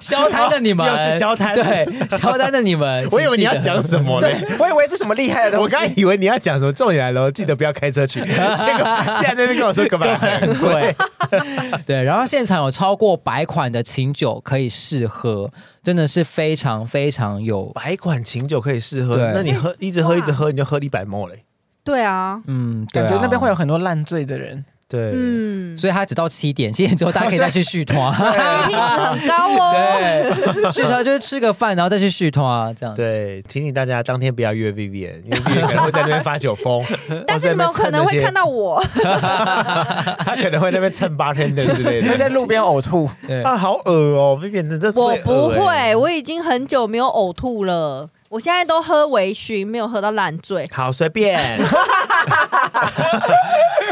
C: 消摊的你们，
A: 哦又是消摊
C: 对，消摊的你们，
A: [laughs] 我以为你要
C: 请记得
A: 讲什
C: [laughs]
A: 么呢？
D: 对，我以为是什么厉害的
A: 我
D: 东西
A: 刚才以为你要讲什么重点来
B: [laughs]
A: 了，记得不要开车去。结果现在在那边跟我说干嘛？
C: 很贵。 [laughs] 对，然后现场有超过百款的琴酒可以试喝，真的是非常非常有，
A: 百款琴酒可以试喝，
C: 对
A: 那你喝一直喝一直喝，你就喝一百 m 嘞。
B: 对啊，
C: 嗯，对、
D: 感
C: 啊，
D: 觉那边会有。很多烂醉的人，
A: 对，
B: 嗯，
C: 所以它只到七点，七点之后大家可以再去续团。
A: [laughs]
B: CP 值很高哦。
C: 对， [laughs] 续团就是吃个饭，然后再去续团啊，这样子。
A: 对，提醒大家当天不要约 Vivian，因为 Vivian 可能会在那边发酒
B: [laughs]
A: 疯，
B: [laughs] 但是你们可能会看到我，
A: [laughs] 他可能会在那边蹭
B: [laughs]
A: bartender 之类 [laughs]
D: 因为在
A: 的。
D: 路边呕吐。
A: 啊，好恶哦，Vivian 真的最恶
B: 我
A: 欸
B: 不会，。我已经很久没有呕吐了。我现在都喝微醺，没有喝到烂醉。
A: 好，随
B: [laughs]
A: 便。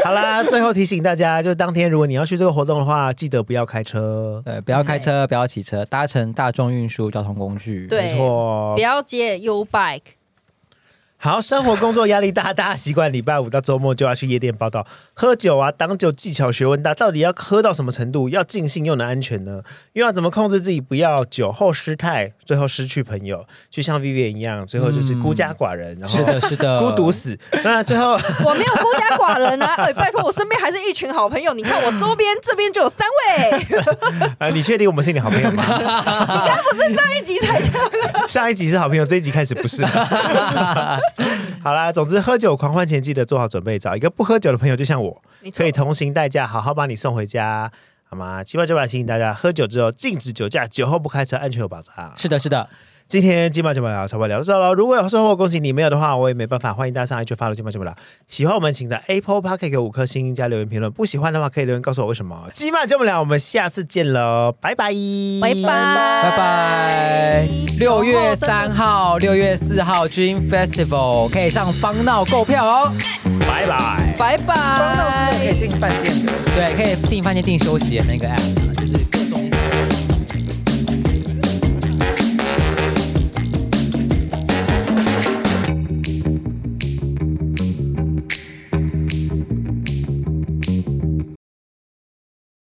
A: 好啦，最后提醒大家，就是当天如果你要去这个活动的话，记得不要开车。
C: 对，不要开车，不要骑车，搭乘大众运输交通工具。
B: 对
A: 没错
B: 不，要接 U bike，
A: 好，生活工作压力大，大家习惯礼拜五到周末就要去夜店报道，喝酒啊，挡酒技巧学问大，到底要喝到什么程度，要尽兴又能安全呢？又要怎么控制自己不要酒后失态，最后失去朋友，就像 Vivian 一样，最后就是孤家寡人，然后
C: 是的，是的，
A: 孤独死。那最后 [laughs]
B: 我没有孤家寡人啊！ [laughs] 哎，拜托，我身边还是一群好朋友。你看我周边这边就有三位， [laughs] 你
A: 呃，你确定我们是你好朋友吗？
B: 刚不是上一集
C: [laughs]
B: 才讲？
A: 上一集是好朋友，这一集开始不是。好啦，总之喝酒狂欢前记得做好准备，找一个不喝酒的朋友，就像我。
B: 没错
A: 可以同行代驾，好好把你送回家，好吗？七八九百提醒大家，喝酒之后禁止酒驾，酒后不开车，安全有保障。
C: 是的，是的。
A: 今天金马酒吧聊差不多聊到这喽。如果有收获，恭喜你；没有的话，我也没办法。欢迎大家上来去发了金马酒吧聊。喜欢我们，请在 Apple Park 给五颗星加留言评论。不喜欢的话，可以留言告诉我为什么。金马酒吧聊，我们下次见喽，拜拜，
B: 拜拜
C: 拜拜。六月三号、六月四号 Dream Festival 可以上方闹购票哦。
A: 拜拜。
B: 拜拜。
D: 那我是可以订饭店的。
C: 对，可以订饭店、订休息的那个 app，就是